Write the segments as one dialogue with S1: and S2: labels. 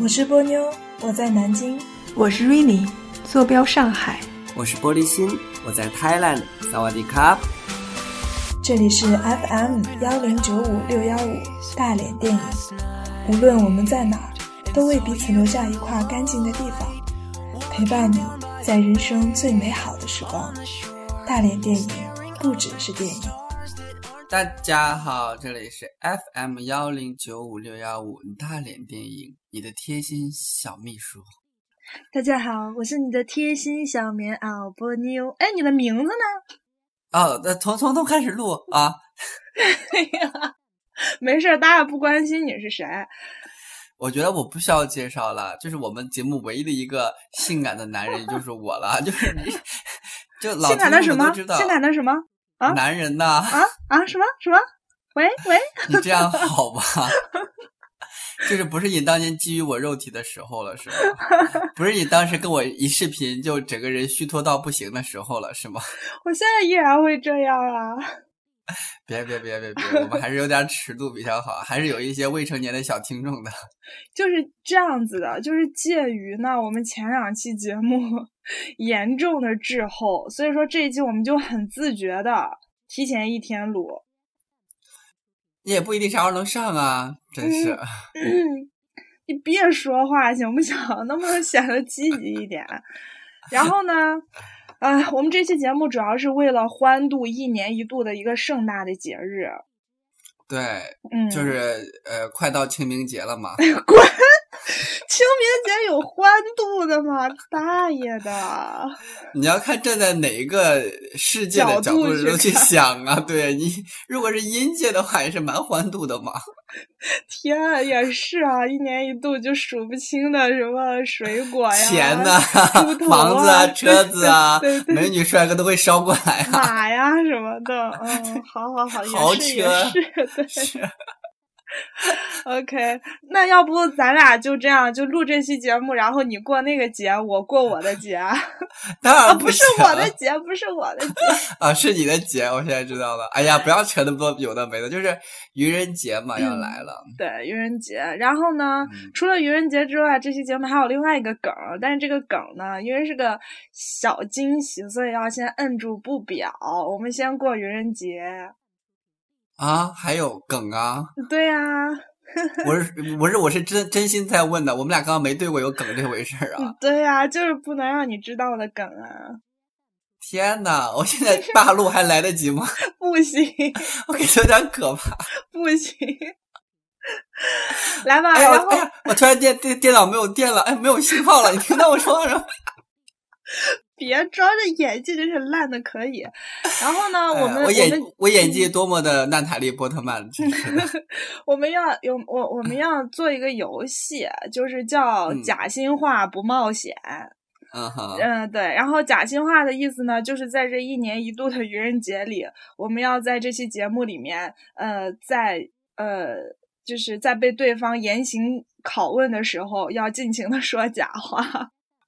S1: 我是波妞，我在南京。
S2: 我是 Rainy，坐标上海。
S3: 我是玻璃心，我在 Thailand，萨瓦迪卡。
S1: 这里是 FM 幺零九五六幺五大连电影。无论我们在哪儿，都为彼此留下一块干净的地方，陪伴你在人生最美好的时光。大连电影不只是电影。
S3: 大家好，这里是 FM 幺零九五六幺五大连电影，你的贴心小秘书。
S4: 大家好，我是你的贴心小棉袄波妞。哎，你的名字呢？
S3: 哦，那从从头开始录啊！
S4: 哎呀，没事儿，大家也不关心你是谁。
S3: 我觉得我不需要介绍了，就是我们节目唯一的一个性感的男人就是我了，就是你， 就老
S4: 性感的
S3: 听
S4: 什
S3: 众都
S4: 么？
S3: 知道
S4: 性感的什么？啊
S3: 男人呐、
S4: 啊啊？什么什么？喂喂，
S3: 你这样好吧？ 就是不是你当年基于我肉体的时候了，是吗？不是你当时跟我一视频就整个人虚脱到不行的时候了，是吗？
S4: 我现在依然会这样啊！
S3: 别别别别别，我们还是有点尺度比较好，还是有一些未成年的小听众的。
S4: 就是这样子的，就是介于呢，我们前两期节目 严重的滞后，所以说这一期我们就很自觉的提前一天录。
S3: 你也不一定啥时候能上啊，真是。
S4: 嗯 你别说话行不行？ 能不能显得积极一点？然后呢，啊、我们这期节目主要是为了欢度一年一度的一个盛大的节日，
S3: 对，
S4: 嗯，
S3: 就是呃，快到清明节了 嘛。
S4: 清明节有欢度的吗？大爷的！
S3: 你要看站在哪一个世界的角
S4: 角
S3: 度
S4: 度去
S3: 都去
S4: 看
S3: 想啊，对你如果是阴界的话，也是蛮欢度的嘛。
S4: 天啊，也是啊，一年一度就数不清的什么水果呀、
S3: 钱呐、
S4: 猪头
S3: 房
S4: 啊
S3: 子 啊、
S4: 对
S3: 车子啊
S4: 对、对
S3: 美女帅哥都会烧过来 啊。
S4: 马呀什么的。 嗯，好好好，
S3: 豪
S4: 也是也
S3: 车
S4: 是，对。OK，那要不咱俩就这样，就录这期节目，然后你过那个节，我过我的节啊，
S3: 当 然
S4: 不是
S3: 行
S4: 我的节，不是我的节，
S3: 啊，是你的节，我现在知道了。哎呀，不要扯那么多有的没的，就是愚人节嘛要
S4: 嗯
S3: 来了。
S4: 对，愚人节。然后呢，
S3: 嗯
S4: 除了愚人节之外，这期节目还有另外一个梗儿，但是这个梗儿呢，因为是个小惊喜，所以要先摁住不表。我们先过愚人节。
S3: 啊，还有梗啊！
S4: 对呀、
S3: 我是我是我是真真心在问的，我们俩刚刚没对过有梗这回事儿啊！
S4: 对呀、就是不能让你知道的梗啊，
S3: 天呐，我现在大陆还来得及吗？
S4: 不行。
S3: 我感觉有点可怕。
S4: 不行。来吧，
S3: 哎呀，
S4: 啊然后、
S3: 我哎呀，我突然电电电脑没有电了，哎，没有信号了。你听到我说话什 么？
S4: 别装着演技，真是烂的可以。然后呢，
S3: 哎
S4: 我
S3: 呀我
S4: 们嗯我
S3: 演
S4: 们
S3: 我演技多么的娜塔莉波特曼，真是的
S4: 我们要有我我们要做一个游戏，就是叫
S3: 嗯
S4: 假心话不冒险。
S3: 嗯哼，
S4: 嗯、对。然后假心话的意思呢，就是在这一年一度的愚人节里，我们要在这期节目里面，呃，在呃，就是在被对方严刑拷问的时候，要尽情的说假话。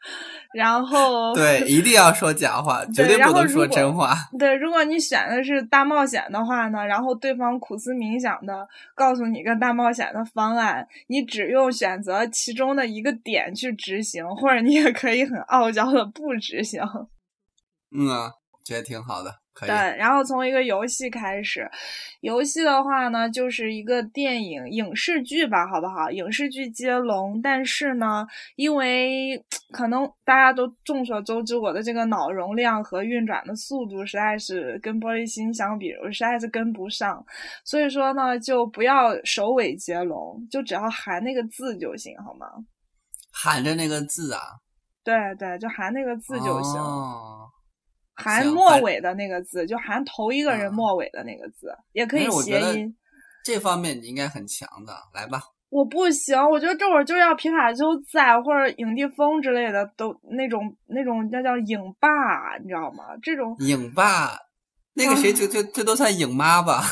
S4: 然后
S3: 对，一定要说假话，绝
S4: 对
S3: 对
S4: 然
S3: 不
S4: 后
S3: 能
S4: 如
S3: 说
S4: 果
S3: 真话。
S4: 对，如果你选的是大冒险的话呢，然后对方苦思冥想的告诉你一个大冒险的方案，你只用选择其中的一个点去执行，或者你也可以很傲娇的不执行。
S3: 嗯啊，觉得挺好的，可以
S4: 对，。然后从一个游戏开始，游戏的话呢，就是一个电影影视剧吧，好不好？影视剧接龙，但是呢，因为可能大家都众所周知，我的这个脑容量和运转的速度实在是跟玻璃心相比，我实在是跟不上，所以说呢，就不要首尾接龙，就只要含那个字就行，好吗？
S3: 含着那个字啊，
S4: 对对，就含那个字就行，
S3: 哦、
S4: 含
S3: 行
S4: 末
S3: 反
S4: 尾的那个字，就含头一个人
S3: 嗯
S4: 末尾的那个字，也可
S3: 但
S4: 以
S3: 是我觉
S4: 谐
S3: 得
S4: 音。
S3: 这方面你应该很强的，来吧。
S4: 我不行，我觉得这会儿就要皮卡丘在或者影帝风之类的，都那种那种那叫影霸，你知道吗？这种
S3: 影爸，那
S4: 啊
S3: 个谁，最最最多算影妈 吧。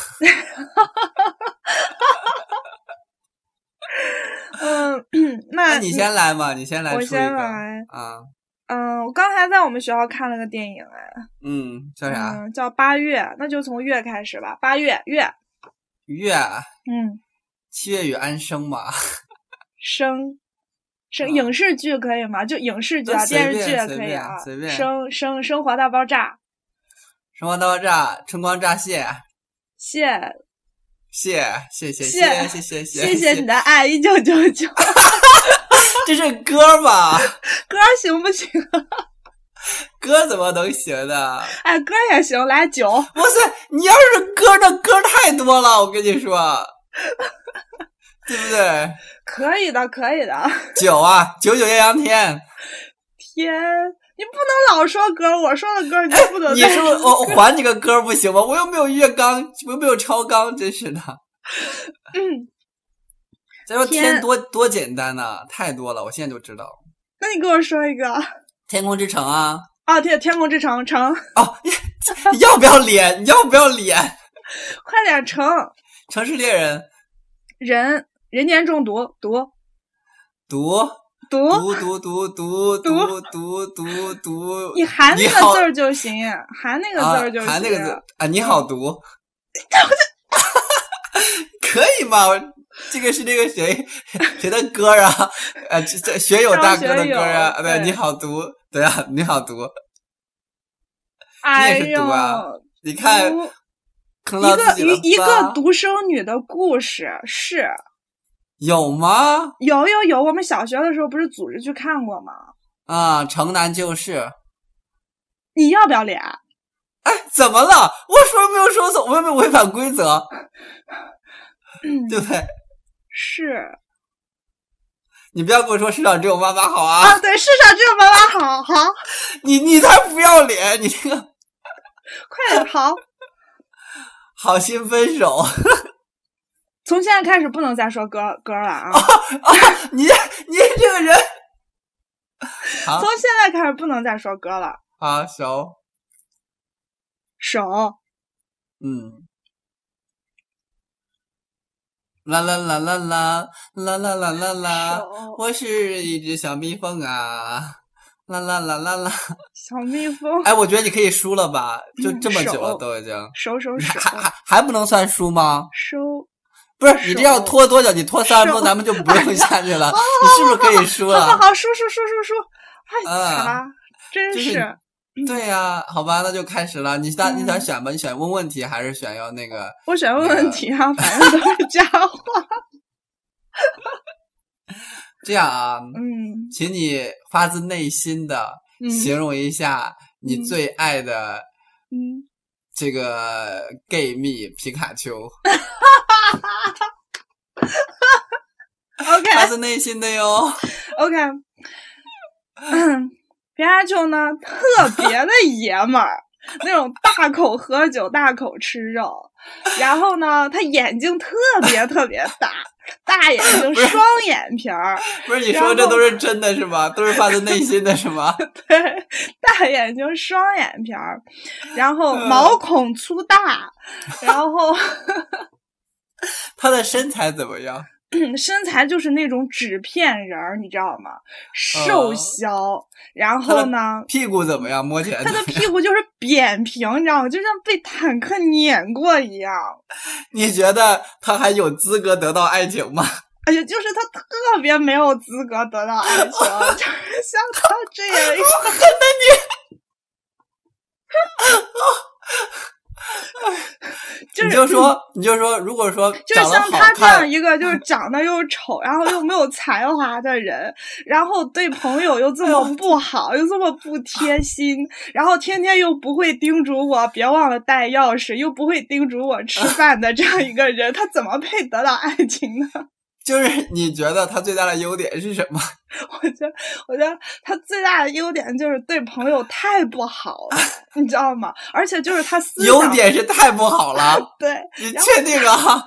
S4: 嗯，
S3: 那
S4: 那嗯
S3: 你先来嘛，你先来
S4: 我
S3: 出一
S4: 先
S3: 个
S4: 来。
S3: 啊。
S4: 嗯，我刚才在我们学校看了个电影哎，
S3: 嗯，叫啥？
S4: 嗯，叫《八月》，那就从月开始吧，《八月》月，
S3: 月，
S4: 嗯，
S3: 七月与安生嘛。
S4: 生生影视剧可以吗？就影视剧啊，
S3: 那啊随
S4: 电
S3: 便
S4: 视剧也可以啊。
S3: 随便随便
S4: 生生生活大爆炸，
S3: 生活大爆炸，春光乍泄，
S4: 谢
S3: 谢谢谢谢
S4: 谢
S3: 谢谢
S4: 谢谢
S3: 谢
S4: 你，的爱，一九九九，
S3: 这是歌吧？
S4: 歌儿行不行？
S3: 歌怎么能行呢？
S4: 哎，歌儿也行，来九。
S3: 哇塞，你要是歌，那歌太多了，我跟你说， 对不对？
S4: 可以的，可以的。
S3: 九啊，九九艳阳天，
S4: 天，你不能老说歌，我说的歌你就不能
S3: 你
S4: 再
S3: 是不是我还你个歌不行吗？我又没有月刚，我又没有超纲，真是的。
S4: 嗯，
S3: 再说
S4: 天
S3: 天多多简单呐、太多了，我现在就知道。
S4: 那你给我说一个
S3: 天空之城啊，
S4: 啊！天，天空之城，成，
S3: 哦，你要不要脸？你要不要脸？
S4: 快点成
S3: 城市猎人，
S4: 人，人间中毒，毒，
S3: 毒
S4: 毒，
S3: 毒毒毒毒毒毒毒毒，
S4: 你含那
S3: 好
S4: 个字儿就行，含那个字儿就行，嗯
S3: 啊，含那个字啊，你好毒，可以吗？这个是那个谁谁的歌啊？呃，这这学友大哥的歌啊，对，
S4: 张学友对
S3: 你好毒，对啊，你好毒，
S4: 哎
S3: 你也是
S4: 呦，
S3: 毒啊你看
S4: 毒
S3: 坑到
S4: 一个
S3: 自己了
S4: 嗯一一
S3: 吧
S4: 个独生女的故事是
S3: 有吗？
S4: 有有有，我们小学的时候不是组织去看过吗？
S3: 啊，城南旧事。
S4: 你要不要脸？
S3: 哎，怎么了？我说没有说错，我又没有违反规则，
S4: 嗯
S3: 对不对？啊
S4: 是
S3: 你不要跟我说市长只有妈妈好啊！
S4: 啊，对，世上只有妈妈好，好，
S3: 你你才不要脸！你这个
S4: 快点好。
S3: 好心分手，
S4: 从现在开始不能再说歌歌了 啊！
S3: 你你这个人
S4: 从现在开始不能再说歌了。
S3: 啊，手，
S4: 手
S3: 嗯，啦啦啦啦啦啦啦啦啦啦，
S4: 手，
S3: 我是一只小蜜蜂啊！啦啦啦啦 啦！
S4: 小蜜蜂，
S3: 哎，我觉得你可以输了吧？就这么久了，
S4: 手
S3: 都已经。
S4: 手手手
S3: 还还还不能算输吗？
S4: 收。
S3: 不是，你这要
S4: 手
S3: 拖多久？你拖三分钟，
S4: 手
S3: 咱们就不用下去了。你是不是可以输
S4: 好好
S3: 了？
S4: 好，叔叔叔叔叔，哎
S3: 啊
S4: 擦，真
S3: 就是嗯对呀、好吧，那就开始了。你想，你想选吧？你选问问题还是选要那个？
S4: 我选问
S3: 嗯
S4: 问题啊，反正都是家伙。
S3: 这样啊，
S4: 嗯
S3: 请你发自内心的
S4: 嗯
S3: 形容一下你
S4: 嗯
S3: 最爱的
S4: 嗯，
S3: 这个 gay 蜜皮卡 丘，
S4: ，OK
S3: 发自内心的哟。
S4: OK。嗯皮卡丘呢，特别的爷们儿， 那种大口喝酒、大口吃肉。然后呢，他眼睛特别特别大， 大眼睛、双眼皮儿，
S3: 不是你
S4: 然
S3: 说
S4: 后
S3: 这都是真的是吗？都是发自内心的是吗？
S4: 对，大眼睛、双眼皮儿，然后毛孔粗大，然后
S3: 他的身材怎么样？
S4: 身材就是那种纸片人儿，你知道吗？瘦
S3: 嗯
S4: 削，然
S3: 他的
S4: 后呢，
S3: 屁股怎么样？摸起来
S4: 他
S3: 怎
S4: 的
S3: 么样？
S4: 屁股就是扁平，你知道吗？就像被坦克碾过一样，
S3: 你觉得他还有资格得到爱情吗？
S4: 而且哎就是他特别没有资格得到爱情，就是像他这样一个 就是
S3: 你就说，你就说，如果说
S4: 就是
S3: 长得
S4: 像
S3: 好
S4: 他这样
S3: 看，
S4: 一个就是长得又丑，然后又没有才华的人，然后对朋友又这
S3: 哎
S4: 么不好，又这么不贴心，然后天天又不会叮嘱我别忘了带钥匙，又不会叮嘱我 吃饭的这样一个人，他怎么配得到爱情呢？
S3: 就是你觉得他最大的优点是什么？
S4: 我觉得，我觉得他最大的优点就是对朋友太不好了，你知道吗？而且就是他思想
S3: 优啊点是太不好 了，
S4: 对。
S3: 你确定啊？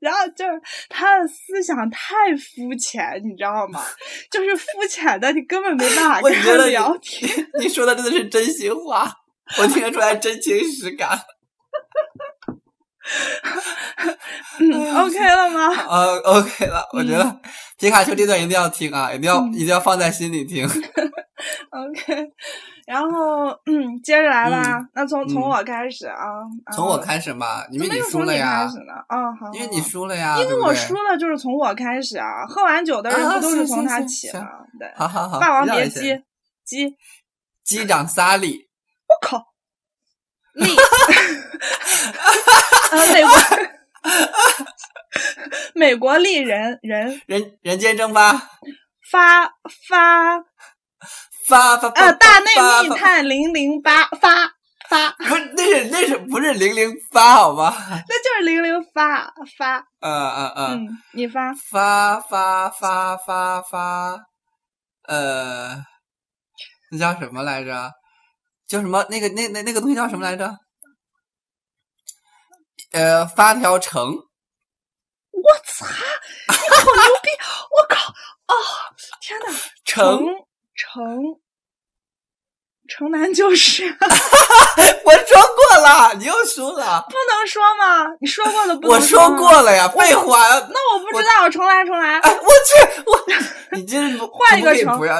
S4: 然后就是他的思想太肤浅，你知道吗？ 就是肤浅的，你根本没办法
S3: 我
S4: 跟
S3: 觉
S4: 他
S3: 得
S4: 聊
S3: 你
S4: 天。
S3: 你你说的真的是真心话，我听得出来真情实感。
S4: 嗯 OK 了吗？
S3: 呃、o k 了，我觉得皮卡丘这段一定要听啊，一定要、
S4: 嗯
S3: 一定要放在心里听。
S4: OK，然后嗯，接着来吧。那从从
S3: 嗯
S4: 我开始啊，然
S3: 从我
S4: 后
S3: 开始嘛，因
S4: 怎
S3: 为
S4: 么
S3: 你
S4: 又
S3: 输
S4: 从
S3: 了
S4: 你
S3: 呀
S4: 开，始呢？啊，好，
S3: 因为
S4: 好
S3: 你
S4: 好
S3: 输了呀，
S4: 因
S3: 对
S4: 为
S3: 不
S4: 我
S3: 对
S4: 输了就是从我开始啊。喝完酒的人
S3: 啊
S4: 不都
S3: 行
S4: 是从
S3: 行
S4: 他
S3: 行
S4: 起
S3: 行
S4: 吗？对，
S3: 好好好，
S4: 霸王
S3: 让
S4: 别
S3: 一下
S4: 姬，姬，
S3: 机长萨利，
S4: 我靠，力，呃，美国， 美国丽人人
S3: 人人间蒸发，
S4: 发发
S3: 发发发
S4: 呃大内密
S3: 发
S4: 探零零八发发，
S3: 不是那是那是不是零零发好吗？
S4: 那就是零零发发，
S3: 嗯嗯嗯，
S4: 嗯，你发
S3: 发发发发发，呃，那叫什么来着？叫什么？那个那那那个东西叫什么来着？呃，发条橙，
S4: 我擦，你好牛逼！我靠！哦，天哪！
S3: 橙
S4: 城，城城南旧事 不
S3: 我说过了，你又输了，
S4: 能说吗？你说过的不
S3: 我
S4: 能
S3: 说
S4: 吗
S3: 过了呀，废话。
S4: 那我不知道，重来重来，
S3: 哎，我去，我你这是不
S4: 换一
S3: 可
S4: 个
S3: 不可以
S4: 城
S3: 不要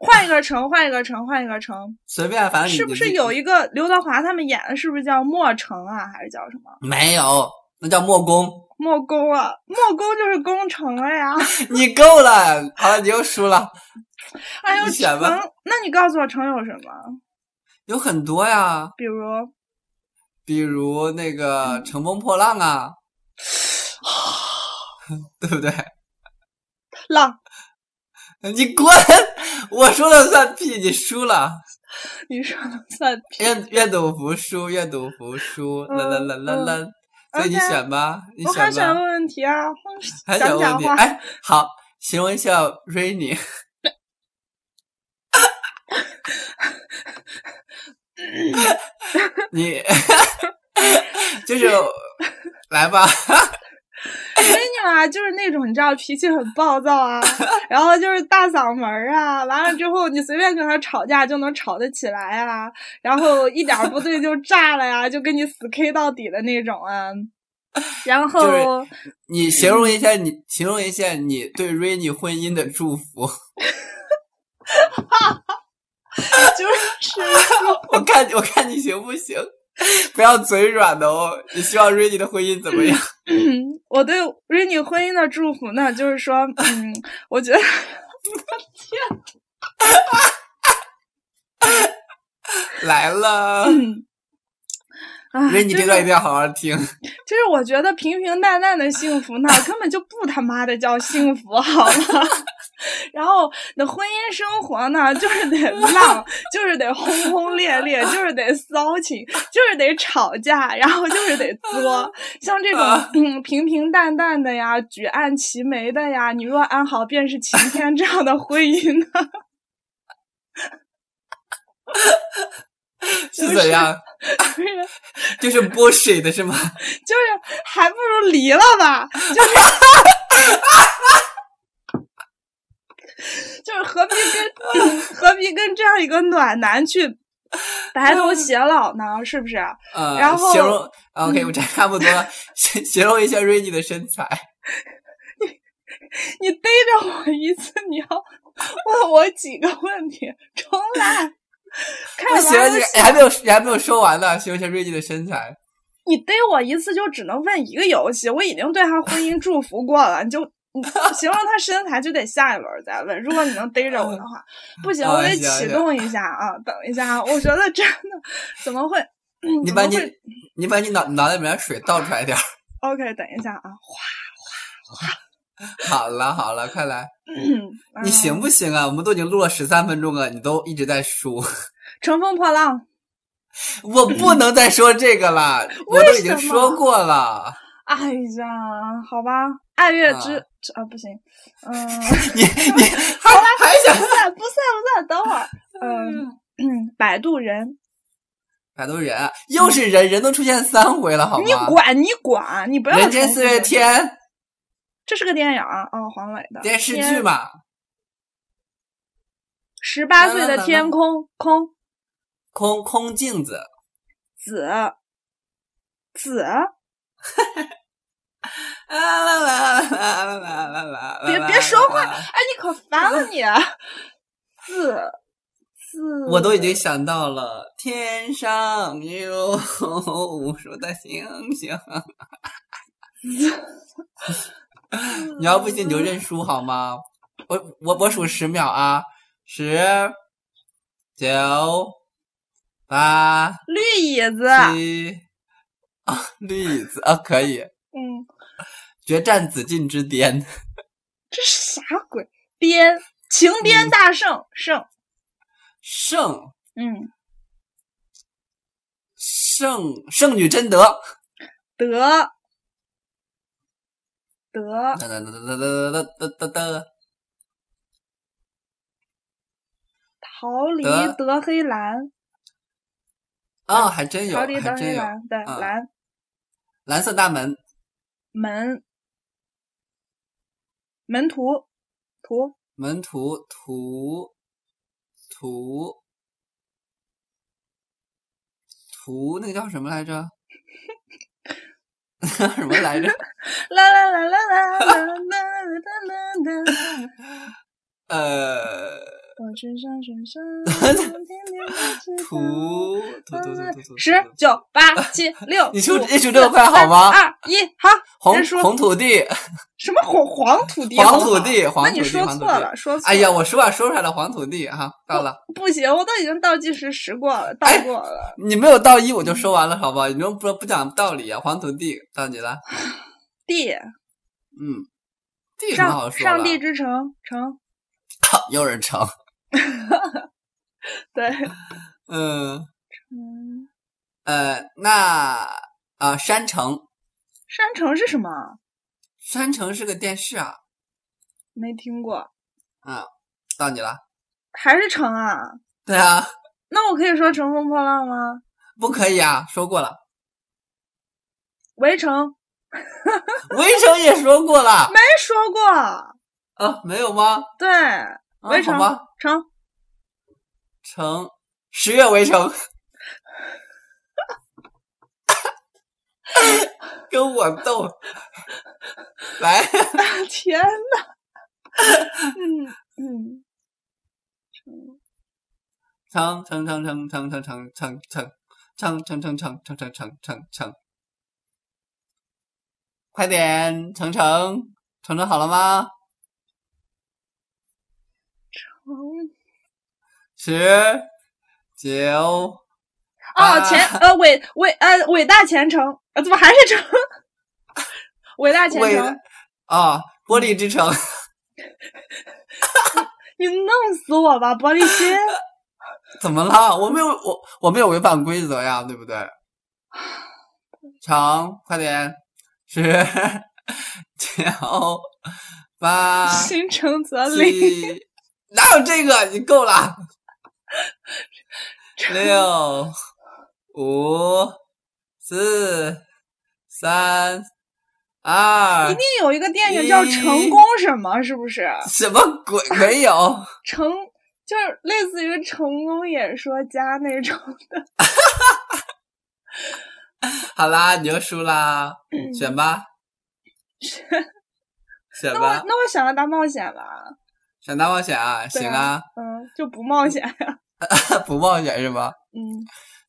S4: 换一个城，换一个城，换一个城，
S3: 随便，反啊正你
S4: 是不是
S3: 你
S4: 有一个刘德华他们演的？是不是叫莫城啊，还是叫什么
S3: 没有？那叫莫工，
S4: 莫工啊？莫工就是工程了呀。
S3: 你够了，好了，你又输了，
S4: 哎呦，
S3: 你选
S4: 城
S3: 吧，
S4: 那你告诉我城有什么？
S3: 有很多呀，
S4: 比如
S3: 比如那
S4: 嗯
S3: 个乘风破浪 啊，
S4: 啊
S3: 对不对？
S4: 浪，
S3: 你滚！我说了算屁，你输了。
S4: 你说的算屁。嗯
S3: 愿愿赌服输，愿赌服输，啦啦啦啦啦。所以你
S4: OK
S3: 选吧，你
S4: 嗯我还
S3: 选
S4: 想
S3: 吧
S4: 问。问题啊，
S3: 还
S4: 讲
S3: 想
S4: 不
S3: 问
S4: 讲
S3: 你，
S4: 话？
S3: 哎，好，形容一下 Rainy，你 就是来吧，
S4: 闺女啊，就是那种你知道脾气很暴躁 啊，然后就是大嗓门儿啊，完了之后你随便跟她吵架就能吵得起来啊，然后一点儿不对就炸了呀、就跟你死 K 到底的那种啊。然后、
S3: 你形容一下你形容一下你对 Rainy 婚姻的祝福。
S4: 就是说
S3: 我看我看你行不行，不要嘴软的哦。你希望 Rainy 的婚姻怎么样？
S4: 我对 Rainy 婚姻的祝福呢，就是说，嗯，我觉得
S3: 来了
S4: 啊，
S3: ，Rainy
S4: 嗯就是
S3: 这段一定要好好听。
S4: 就是我觉得平平淡淡的幸福呢，根本就不他妈的叫幸福，好吗？ 然后你的婚姻生活呢，就是得浪，就是得轰轰烈烈，就是得骚情，就是得吵架，然后就是得作。像这种
S3: 啊
S4: 嗯平平淡淡的呀，举案齐眉的呀，你若安好便是晴天这样的婚姻呢，
S3: 是怎样？
S4: 就是
S3: 就是 bullshit 是吗？
S4: 就是还不如离了吧，就是。就是何必跟、嗯何必跟这样一个暖男去白头偕老呢？是不是？
S3: 呃，
S4: 然后嗯
S3: 形容啊 OK，我这差不多了。形形容一下 Rainy 的身材，
S4: 你逮着我一次，你要问我几个问题？重来。
S3: 不
S4: 开
S3: 行，
S4: 玩
S3: 你
S4: 笑，
S3: 哎还没有你还没有说完呢。形容一下 Rainy 的身材，
S4: 你逮我一次就只能问一个游戏，我已经对他婚姻祝福过了，你就 你形容他身材就得下一轮再问。如果你能逮着我 的话，不行，
S3: 啊
S4: 我得
S3: 行
S4: 启
S3: 行
S4: 动一下啊！等一下啊，我觉得真的怎么会？嗯
S3: 你
S4: 怎
S3: 把
S4: 么
S3: 你
S4: 会
S3: 你把你脑脑袋里面水倒出来点儿。
S4: OK？等一下啊，
S3: 好了好了，快来，
S4: 嗯
S3: 你
S4: 啊
S3: 行不行啊？我们都已经录了十三分钟了，你都一直在输，
S4: 乘风破浪
S3: 我不能再说这个 了，我都已经
S4: 嗯为什么
S3: 说过了。
S4: 哎呀，好吧，爱乐之
S3: 啊
S4: 这啊不行，嗯，
S3: 你你还还
S4: 不
S3: 想
S4: 算不算不算，等会儿，嗯，摆渡人，
S3: 摆渡人啊，又是人，人都出现三回了，好吗
S4: 你？管你管，你不要
S3: 人间
S4: 重
S3: 四
S4: 复
S3: 月
S4: 这
S3: 天
S4: 这是个电影啊，哦，黄磊的
S3: 电视
S4: 天
S3: 剧嘛，
S4: 十八岁
S3: 来来
S4: 的
S3: 来
S4: 天空，空
S3: 空空镜子，
S4: 子子，
S3: 啊啦啦啦啦啦啦啦！
S4: 啊别别说话，哎，你可烦了你，子四，
S3: 我都已经想到了，天上有无数的星星。 你要不信你就认输好吗？我我我数十秒啊，十、九、八、
S4: 绿椅子，
S3: 七啊，绿椅子啊，可以，
S4: 嗯，
S3: 决战紫禁之巅，
S4: 这是啥鬼？边情
S3: 嗯
S4: 边大圣圣，
S3: 圣
S4: 嗯，
S3: 圣圣女贞德。
S4: 德德
S3: 哒哒哒哒哒哒哒哒哒。
S4: 逃离
S3: 德
S4: 德黑兰，
S3: 啊，还真有，
S4: 逃离德
S3: 还真
S4: 黑
S3: 有。
S4: 兰，对
S3: 嗯
S4: 兰
S3: 蓝色大门，
S4: 门门徒徒
S3: 门徒徒徒徒，那个叫什么来着？ 叫什么来着？
S4: 啦啦啦啦啦啦啦啦啦啦。
S3: 呃，
S4: 我只想深深 天天都 知道
S3: 图图图图图图，
S4: 十九八七 六，
S3: 你数
S4: 五
S3: 你数这么快
S4: 四
S3: 好吗
S4: 三二一，好。
S3: 红
S4: 人说
S3: 红土地，
S4: 什么黄黄土地？
S3: 黄
S4: 好
S3: 土
S4: 不好
S3: 地，黄
S4: 那
S3: 土
S4: 你
S3: 地，
S4: 说
S3: 黄土
S4: 错了，
S3: 地。
S4: 说错
S3: 哎
S4: 了。
S3: 呀，我说啊，说出来了，黄土地哈，到了。
S4: 不行，我都已经倒计时十过了，倒
S3: 哎
S4: 过了。
S3: 你没有到一我就说完了，好吧？你们不不讲道理啊！黄土地到你了，
S4: 地
S3: 嗯，地很好
S4: 上
S3: 说了，
S4: 上帝之城城，
S3: 有人成，
S4: 对，
S3: 嗯
S4: 嗯，
S3: 呃，那啊、山城，
S4: 山城是什么？
S3: 山城是个电视啊，
S4: 没听过，
S3: 到你了，
S4: 还是城啊？
S3: 对啊，
S4: 那我可以说乘风破浪吗？
S3: 不可以啊，说过了，
S4: 围城
S3: 围城也说过了
S4: 没说过，
S3: 啊，没有吗？
S4: 对，
S3: 啊
S4: 围城、
S3: 好吧，
S4: 城
S3: 城十月围城， 跟我斗， 来。
S4: 天呐，嗯嗯，
S3: 成成成成成成成成成成成成成成成成成成，快点，成成，成成好了吗？
S4: 嗯
S3: 十、九，啊
S4: 哦， 前呃伟伟呃伟大前程，呃怎么还是城？ 伟大前
S3: 伟
S4: 程，
S3: 啊，玻璃之城，
S4: 你弄死我吧，玻璃心！
S3: 怎么了？我没有，我我没有违反规则呀，对不对？成，快点，十、九、八、
S4: 心诚则灵，
S3: 七， 哪有这个？你够了。六、五、四、三、
S4: 一
S3: 二
S4: 定，有一个电影叫《成功什么》，是不是？
S3: 什么鬼？没有，
S4: 成就是类似于成功演说家那种。
S3: 啊好啦，你又输啦，
S4: 嗯
S3: 选 吧，选
S4: 那我
S3: 吧，
S4: 那我想要大冒险吧，
S3: 选大冒险啊，
S4: 对
S3: 行
S4: 啊
S3: 啊，
S4: 嗯，就不冒险，
S3: 不冒险是吧？
S4: 嗯，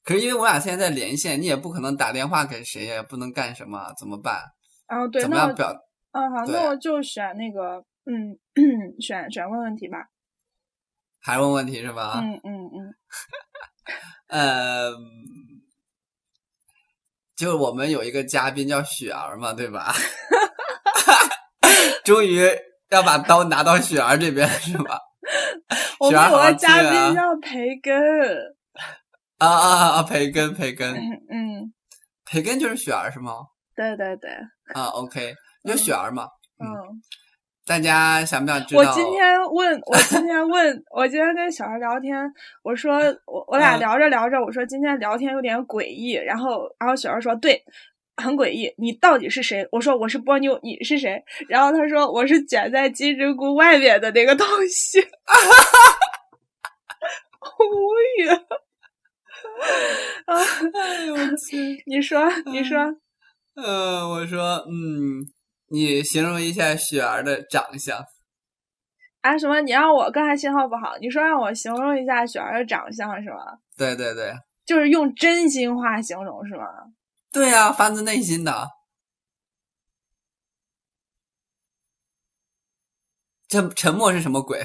S3: 可是因为我俩现在在连线，你也不可能打电话给谁，也不能干什么，怎么办？
S4: 然后对，
S3: 怎么
S4: 那
S3: 样
S4: 我
S3: 表
S4: 嗯好，
S3: 对
S4: 那我就选那个，嗯， 选选问问题吧，
S3: 还问问题是吧？
S4: 嗯嗯嗯，
S3: 呃，就我们有一个嘉宾叫雪儿嘛，对吧？ 终于要把刀拿到雪儿这边是吧？
S4: 我
S3: 雪
S4: 们
S3: 儿
S4: 有
S3: 好好
S4: 个
S3: 记
S4: 嘉宾
S3: 啊
S4: 叫培根，
S3: 啊啊啊！培根，培根，
S4: 嗯，
S3: 培根就是雪儿是吗？
S4: 对对对，
S3: 啊，OK，就雪儿嘛。
S4: 嗯。
S3: 大家想不想知道？
S4: 我今天问我今天问我今天跟小孩聊天，我说我我俩
S3: 嗯
S4: 聊着聊着，我说今天聊天有点诡异，然后然后小孩说对，很诡异，你到底是谁？我说我是波妞，你是谁？然后他说我是卷在金针菇外面的那个东西，无语了啊！
S3: 哎呦我去！嗯
S4: 你说你说，
S3: 呃，我说，嗯，你形容一下雪儿的长相。
S4: 啊什么？你让我刚才信号不好，你说让我形容一下雪儿的长相是吗？
S3: 对对对，
S4: 就是用真心话形容是吗？
S3: 对呀、啊，发自内心的。这沉默是什么鬼？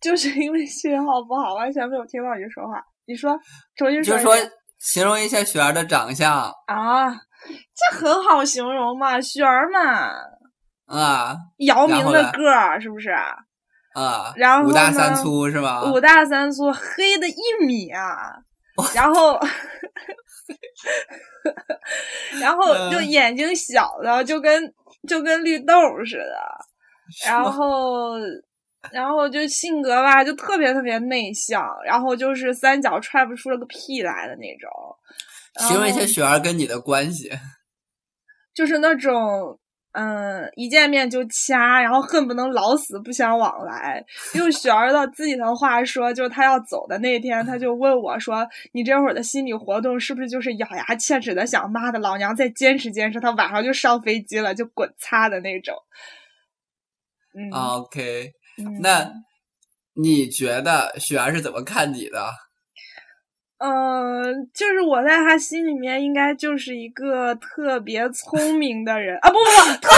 S4: 就是因为信号不好，完全没有听到你说话。你说，重新
S3: 就
S4: 说
S3: 是
S4: 一
S3: 说
S4: 遍
S3: 形容一下雪儿的长相
S4: 啊，这很好形容嘛，雪儿嘛，
S3: 啊
S4: 姚明
S3: 然后
S4: 的
S3: 呢
S4: 个儿是不是？
S3: 啊，
S4: 然后
S3: 五大
S4: 呢
S3: 三粗是吧？
S4: 五大三粗，黑的一米啊，然后， 然后就
S3: 嗯
S4: 眼睛小的，就跟就跟绿豆儿似的，然
S3: 是吗
S4: 后，然后就性格吧，就特别特别内向，然后就是三脚踹不出了个屁来的那种，然
S3: 形容一
S4: 后
S3: 下雪儿跟你的关系，
S4: 就是那种。嗯，一见面就掐，然后恨不能老死不相往来。用雪儿的自己的话说，就是他要走的那天，他就问我说：“你这会儿的心理活动是不是就是咬牙切齿的想，妈的，老娘再坚持坚持，他晚上就上飞机了，就滚擦的那种。”嗯，
S3: 啊 OK，
S4: 嗯
S3: 哦那你觉得雪儿是怎么看你的？
S4: 嗯，就是我在他心里面应该就是一个特别聪明的人啊，不不不， 特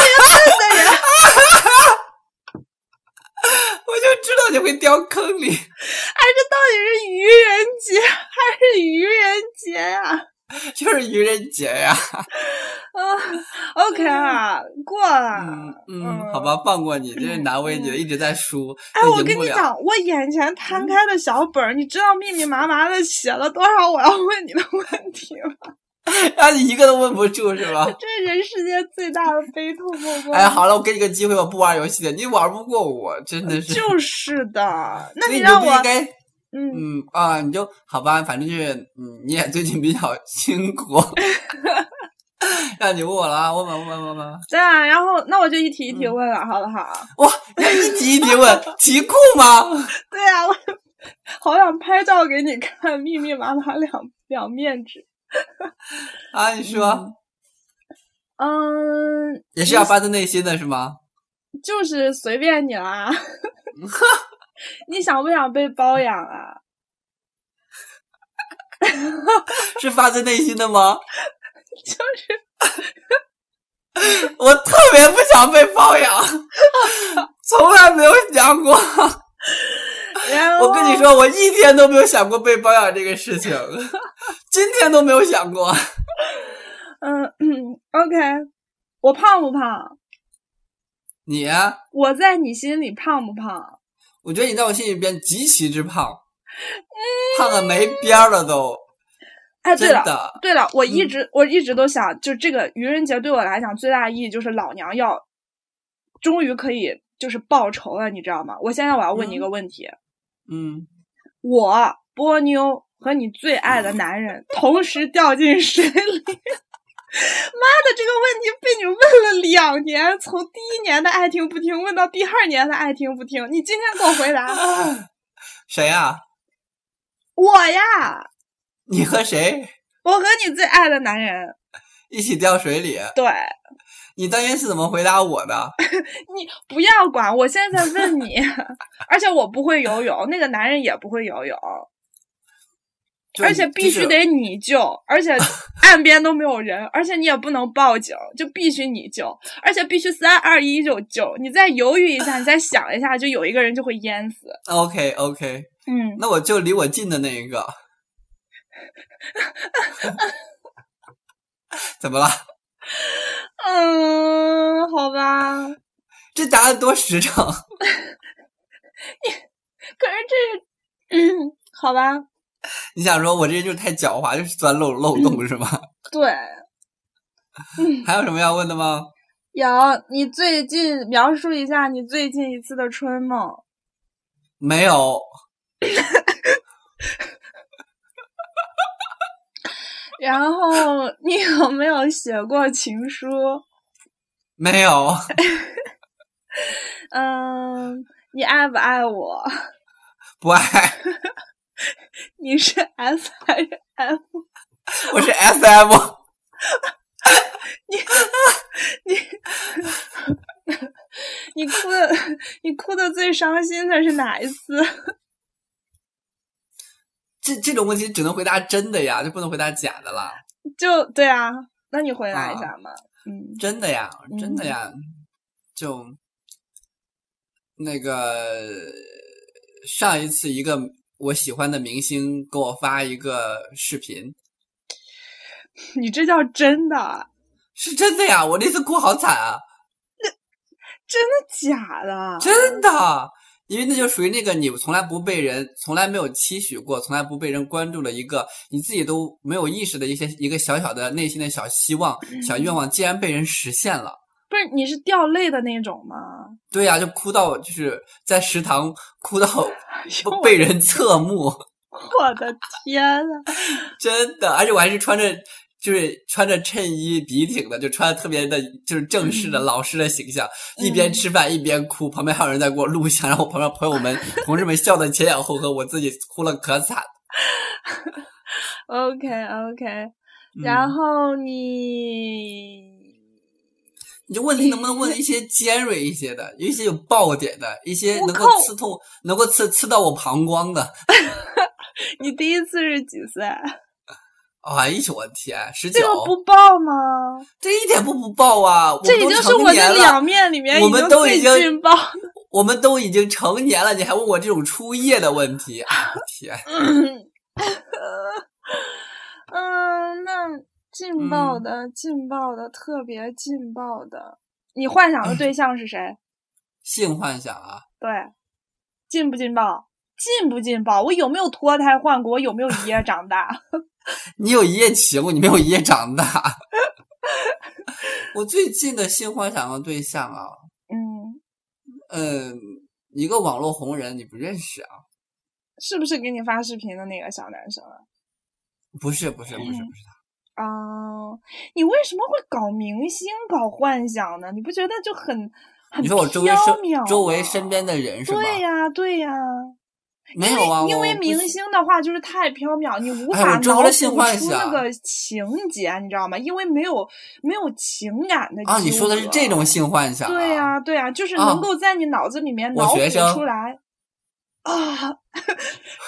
S3: 我就知道你会掉坑里。
S4: 哎，这到底是愚人节还是愚人节呀、
S3: 就是愚人节呀、
S4: 啊，OK 啊，过了。
S3: 嗯嗯，好吧，放过 你，就是难为你了，一直在输，
S4: 哎，
S3: 都
S4: 我
S3: 赢
S4: 跟
S3: 不
S4: 你
S3: 了。嗯
S4: 讲，我眼前摊开的小本儿，你知道密密麻麻的写了多少我要问你的问题吗？
S3: 然后你一个都问不住是吧？
S4: 这是人世间最大的悲痛，莫过于
S3: 哎，好了，我给你个机会，我不玩游戏了，你玩不过我，真的是。
S4: 就是的。那
S3: 所以就
S4: 让
S3: 不
S4: 我
S3: 应，该，
S4: 嗯，
S3: 嗯啊，你就好吧，反正就是，嗯，你也最近比较辛苦， 让你问我了啊，问吧问吧问吧，
S4: 对啊，然后那我就一题一题
S3: 嗯
S4: 问了，好不好？
S3: 哇，你还一题一题问，题库吗？
S4: 对啊，我好想拍照给你看，密密麻麻两两面纸。
S3: 啊，你说、
S4: 嗯，
S3: 也是要发自内心的是吗？
S4: 就是随便你 啦。你想不想被包养啊？
S3: 是发自内心的吗？
S4: 就是
S3: 我特别不想被包养， 从来没有想过。
S4: 然后
S3: 我跟你，说，我一天都没有想过被包养这个事情， 今天都没有想过。
S4: 嗯嗯，OK，我胖不胖？
S3: 你啊、
S4: 我在你心里胖不胖？
S3: 我觉得你在我心里边极其之胖，胖的没边儿了都，
S4: 哎，对
S3: 真
S4: 了。
S3: 的。嗯
S4: 对了，我一直、我一直都想，就这个愚人节对我来讲最大的意义就是老娘要终于可以就是报仇了，你知道吗？我现在我要问你一个问题，
S3: 嗯，
S4: 我波妞和你最爱的男人同时掉进水里。妈 的，这个问题被你问了两年，从第一年的爱听不听问到第二年的爱听不听，你今天给我回答
S3: 谁啊？
S4: 我呀，
S3: 你和谁
S4: 我和你最爱的男人，
S3: 一起掉水里？
S4: 对
S3: 你当年是怎么回答我的？
S4: 你不要管，我现在在问你， 而且我不会游泳，那个男人也不会游泳，
S3: 就
S4: 而且必须，得你救，而 且岸边都没有人，而且你也不能报警，就必须你救，而且必须三二一就救。你再犹豫一下，你再想一下，就有一个人就会淹死。
S3: 就是 OK OK，
S4: 嗯，
S3: 那我就离我近的那一 个。怎么了？
S4: 嗯，好吧。
S3: 这答案多实诚。
S4: 可是这是，嗯，好吧，
S3: 你想说我这人就是太狡猾，就是钻漏漏洞是吗？
S4: 对。
S3: 还有什么要问的吗？
S4: 有，你最近描述一下你最近一次的春梦。
S3: 没有，
S4: 然后你有没有写过情书？
S3: 没有，
S4: 嗯，你爱不爱我？
S3: 不爱，
S4: 你是 S 还是 F？
S3: 我是 SM。
S4: 你哭的， 你哭的最伤心的是哪一次？
S3: 这这种问题只能回答真的呀，就不能回答假的啦。
S4: 就对啊，那你回答一
S3: 啊
S4: 下嘛。嗯，
S3: 真的呀，真的呀，就那个上一次一个我喜欢的明星给我发一个视频，
S4: 你这叫真的？啊
S3: 是真的呀，我那次哭好惨啊，
S4: 真的假的？啊
S3: 真的。因为那就属于那个你从来不被人、从来没有期许过、从来不被人关注的一个你自己都没有意识的一些一个小小的内心的小希望、小愿望，竟然被人实现了。
S4: 不是你是掉泪的那种吗？
S3: 对呀、就哭到就是在食堂哭到被人侧目，
S4: 我的天呐，
S3: 真的，而且我还是穿着。就是穿着衬衣笔挺的，就穿得特别的，就是正式
S4: 嗯
S3: 的、老师的形象，一边吃饭一边哭，旁边还有人在给我录像，然后我旁边朋友们、同事们笑得前仰后合，我自己哭了可惨。
S4: ！OK OK，
S3: 嗯
S4: 然后你
S3: 你这问题能不能 问一些尖锐一些的，一些有爆点的，一些
S4: 我
S3: 能够
S4: 靠
S3: 刺痛、能够刺刺到我膀胱的？
S4: 你第一次是几岁？啊
S3: 哎呦我天，十九
S4: 这，个不报吗？
S3: 这一点不不爆啊！
S4: 这已
S3: 我们都
S4: 经是
S3: 成
S4: 我
S3: 年
S4: 的
S3: 了
S4: 两面里面
S3: 我们都已
S4: 最
S3: 经
S4: 劲爆。
S3: 我们都已经成年了，你还问我这种初夜的问题？哎我天！
S4: 嗯，那劲爆
S3: 嗯
S4: 的、劲爆的、特别劲爆的，你幻想的对象是谁？
S3: 性幻想啊，
S4: 对，劲不劲爆？劲不劲爆？我有没有脱胎换骨？我有没有一夜长大？
S3: 你有一夜情，你没有一夜长大。 我最近的性幻想的对象啊，
S4: 嗯，
S3: 嗯，一个网络红人，你不认识啊？
S4: 是不是给你发视频的那个小男生啊？
S3: 不是，不是，不是，不是他。
S4: 啊、你为什么会搞明星、搞幻想呢？你不觉得就很嗯很
S3: 你说我周围
S4: 缥缈
S3: 身周围
S4: 吗
S3: 身边的人是吗？
S4: 对呀、对呀、
S3: 没有啊，
S4: 因
S3: 我
S4: 为因为
S3: 不
S4: 明
S3: 是
S4: 星的话就是太缥缈，你无
S3: 哎我
S4: 法
S3: 知道
S4: 脑
S3: 我
S4: 补
S3: 的性
S4: 出
S3: 幻
S4: 那
S3: 想
S4: 个情节，你知道吗？因为没有没有情感的
S3: 啊，你
S4: 纠
S3: 说的是
S4: 葛
S3: 这种性幻想、啊？
S4: 对呀、对呀、就是
S3: 啊
S4: 能够在你脑子里面
S3: 我
S4: 脑补
S3: 学生
S4: 出来啊，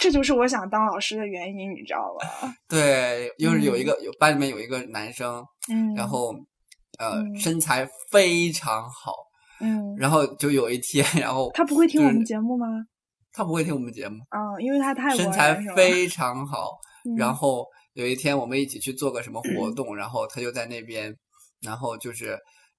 S4: 这就是我想当老师的原因，你知道 吧？
S3: 对，就是有一
S4: 嗯
S3: 个有班里面有一个男生，
S4: 嗯，
S3: 然后呃、
S4: 嗯
S3: 身材非常好，
S4: 嗯，
S3: 然后就有一天， 然后
S4: 他不会听我
S3: 就是
S4: 们节目吗？
S3: 他不会听我们节目，
S4: 啊，因为他泰国
S3: 身
S4: 人
S3: 材
S4: 是吧
S3: 非常好。
S4: 嗯
S3: 然后有一天我们一起去做个什么活动，然后他就在那边，然后就是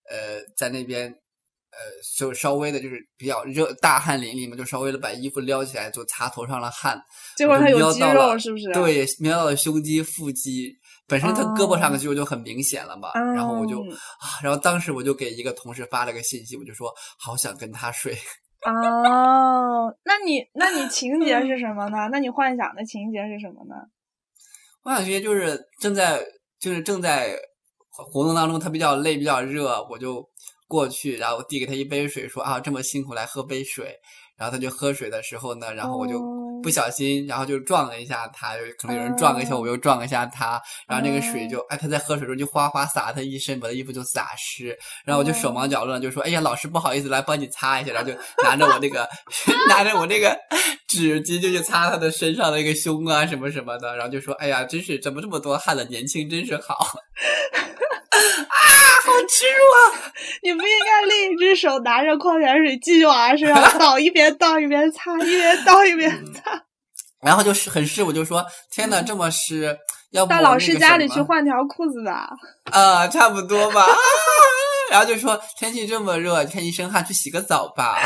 S3: 呃在那边呃就稍微的就是比较热大汗淋漓嘛，就稍微的把衣服撩起来就擦头上了汗，
S4: 结果
S3: 我就
S4: 他有
S3: 瞄
S4: 肌
S3: 到
S4: 肉
S3: 了
S4: 是不啊是？
S3: 对，瞄到了胸肌、腹肌。本身他胳膊上
S4: 哦
S3: 的肌肉就很明显了嘛，
S4: 嗯，
S3: 然后我就啊，然后当时我就给一个同事发了个信息，我就说好想跟他睡，
S4: 哦，那你那你情节是什么呢？那你幻想的情节是什么呢？
S3: 我想学就是正在就是正在活动当中，他比较累比较热，我就过去，然后递给他一杯水，说啊这么辛苦来喝杯水。然后他就喝水的时候呢，然后我就
S4: 哦
S3: 不小心，然后就撞了一下他，就可能有人撞了一下我，
S4: 哦
S3: 我又撞了一下他，然后那个水
S4: 哦
S3: 就哎他在喝水中就哗哗洒他一身，把他衣服就洒湿，然后我就手忙脚乱就说
S4: 哦
S3: 哎呀老师不好意思来帮你擦一下，然后就拿着我那个 拿着我那 个纸巾就去擦他的身上的一个胸啊什么什么的，然后就说：“哎呀，真是怎么这么多汗了，年轻真是好。” 啊，好耻辱啊！
S4: 你不应该另一只手拿着矿泉水继续往他身 上倒，一边倒一边擦，一边倒一边
S3: 嗯
S4: 擦。
S3: 然后就是很湿，我就说：“天哪，这么湿，要不
S4: 嗯到
S3: 我
S4: 老
S3: 那
S4: 师
S3: 个
S4: 家
S3: 什
S4: 里
S3: 么
S4: 去换条裤子的。
S3: 啊、差不多吧。” 然后就说天气这么热，看一身汗，去洗个澡吧。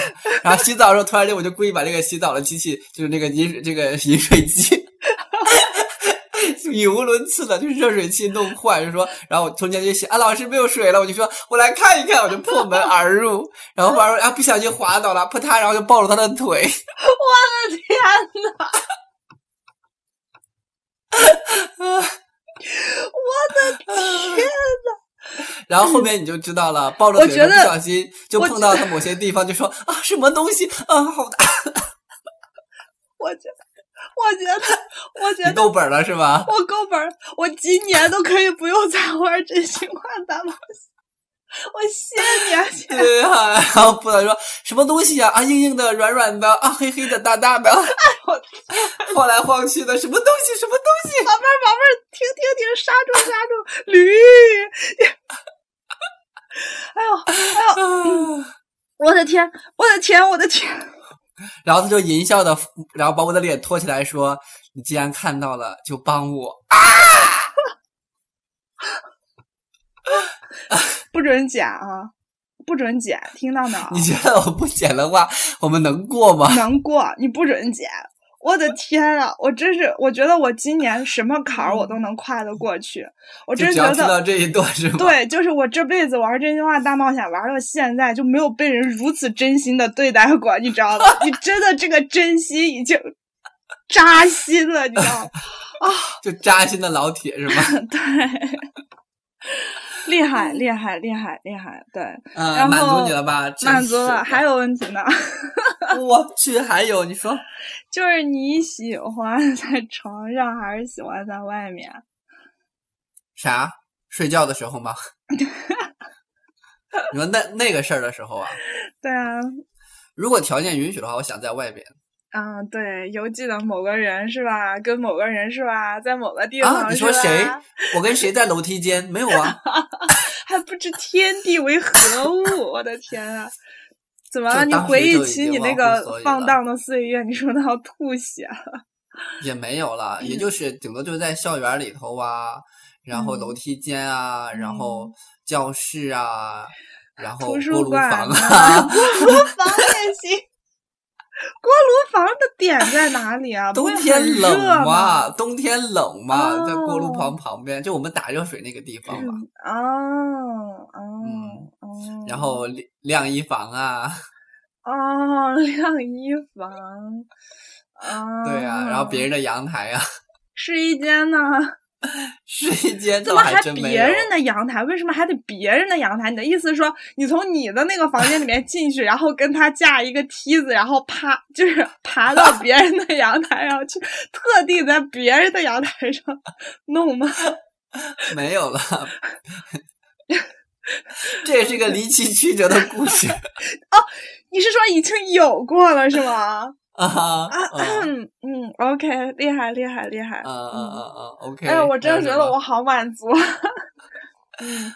S3: 然后洗澡的时候，突然间我就故意把这个洗澡的机器，就是那个饮水这个饮水机，语无伦次的，就是热水器弄坏，就说，然后我中间就洗啊，老师没有水了，我就说我来看一看，我就破门而入，然后玩啊不小心滑倒了，扑嗒，然后就抱住他的腿，
S4: 天啊呐，
S3: 然后后面你就知道了，抱着
S4: 我
S3: 腿
S4: 觉
S3: 不
S4: 得
S3: 小心就
S4: 我
S3: 碰
S4: 觉
S3: 到他某些地方，就说啊什么东西啊好大，
S4: 我觉得，我觉得，我觉
S3: 你
S4: 得。
S3: 够本了是吧？
S4: 我够本儿，我今年都可以不用再玩真心话大冒险。我谢你啊，亲爱的
S3: 对啊， 然后布达说什么东西啊？啊，硬硬的、软软的，啊，黑黑的、大大
S4: 哎
S3: 的，
S4: 啊
S3: 晃来晃去的，什么东西？什么东西？
S4: 宝贝儿，宝贝儿，停停停，刹住刹住，驴！哎呦哎呦，
S3: 啊
S4: 我的天，我的天，我的天！
S3: 然后他就淫笑的，然后把我的脸托起来说：“你既然看到了，就帮我。
S4: 哦不准剪啊，不准剪，听到没有？
S3: 你觉得我不剪的话，我们能过吗？
S4: 能过，你不准剪。我的天啊！我真是，我觉得我今年什么坎儿我都能跨得过去。 我
S3: 嗯就
S4: 真
S3: 只
S4: 觉
S3: 要听到
S4: 得，
S3: 这一段是吗？，
S4: 对，就是我这辈子玩真心话大冒险玩到现在，就没有被人如此真心的对待过，你知道吗？你真的这个真心已经扎心了，你知道吗？
S3: 就扎心的老铁是 吗？
S4: 对，厉害，厉害，厉害，厉害，对，
S3: 嗯，
S4: 然
S3: 满
S4: 后
S3: 足你了吧？
S4: 满足了。还
S3: 有，
S4: 有问题呢？
S3: 我去，还有你说，
S4: 就是你喜欢在床上还是喜欢在外面？
S3: 啥？睡觉的时候 吗？你说那那个事儿的时候啊，
S4: 对啊，
S3: 如果条件允许的话，我想在外面
S4: 嗯，对，邮寄的某个人是吧？跟某个人是吧？在某个地方、
S3: 啊。你说
S4: 是吧
S3: 谁？我跟谁在楼梯间？没有 啊，
S4: 还不知天地为何物？我的天啊！怎么了？
S3: 就
S4: 你
S3: 当时
S4: 回忆
S3: 就已
S4: 起
S3: 经
S4: 你那
S3: 忘乎所
S4: 个
S3: 以
S4: 放
S3: 了哦
S4: 荡的岁月，你说的要吐血了。
S3: 也没有了，
S4: 嗯
S3: 也就是顶多就是在校园里头啊，然后
S4: 嗯
S3: 楼梯间啊，然后
S4: 嗯
S3: 教室啊，然后
S4: 图
S3: 锅
S4: 书
S3: 炉
S4: 馆
S3: 房
S4: 啊，
S3: 啊，
S4: 锅炉房也行。锅炉房的点在哪里啊？不
S3: 冬
S4: 会
S3: 天
S4: 很
S3: 冷
S4: 热吗？
S3: 嘛，冬天冷嘛，在锅炉
S4: 哦嗯
S3: 房旁边，就我们打热水那个地方嘛，
S4: 哦哦
S3: 嗯
S4: 哦，
S3: 然后晾晾衣房啊，
S4: 哦晾衣房，啊，
S3: 对啊，然后别人的阳台啊，
S4: 试 衣间呢？
S3: 试衣间倒
S4: 怎么还
S3: 真没
S4: 别
S3: 有。
S4: 人的阳台？为什么还得别人的阳台？你的意思是说，你从你的那个房间里 面进去，然后跟他架一个梯子，然后啪，就是爬到 别人的阳台上去，特地在别人的阳台上弄吗？
S3: 没有了。这也是一个离奇曲折的故事
S4: 你是说已经有过了是吗？
S3: 啊！
S4: 啊，
S3: 嗯
S4: 嗯嗯，OK，厉害厉害厉害。
S3: 嗯嗯嗯
S4: 嗯
S3: 嗯，OK。
S4: 哎呀，我真的觉
S3: 还有
S4: 得
S3: 什
S4: 我
S3: 么，
S4: 好满足。啊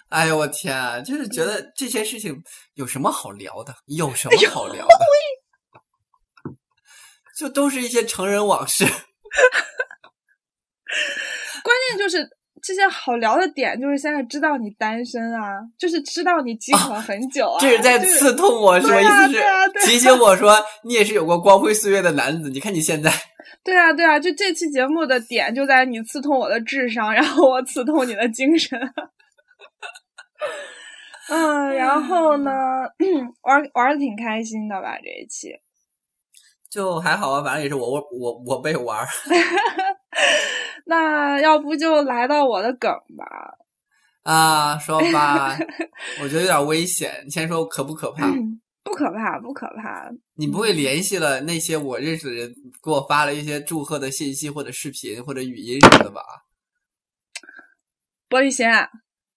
S3: 哎呦我天啊，就是觉得这些事情有什么好聊的？有
S4: 哎
S3: 什么好聊的？ 就都是一些成人往事。
S4: 关键就是这些好聊的点，就是现在知道你单身啊，就是知道你饥渴很久啊。
S3: 这哦是在
S4: 就是
S3: 刺痛我，是吧？
S4: 对
S3: 意
S4: 啊
S3: 思
S4: 对啊对啊
S3: 是提醒我说，你也是有过光辉岁月的男子。你看你现在，
S4: 对啊，对啊，就这期节目的点就在你刺痛我的智商，然后我刺痛你的精神。嗯，然后呢，玩玩的挺开心的吧？这一期，
S3: 就还好啊，反正也是我我我我被玩儿。
S4: 那要不就来到我的梗吧？
S3: 啊，说吧，我觉得有点危险。你先说可不可怕？
S4: 不可怕，不可怕。
S3: 你不会联系了那些我认识的人，给我发了一些祝贺的信息，或者视频，或者语音什么的吧？
S4: 玻璃心，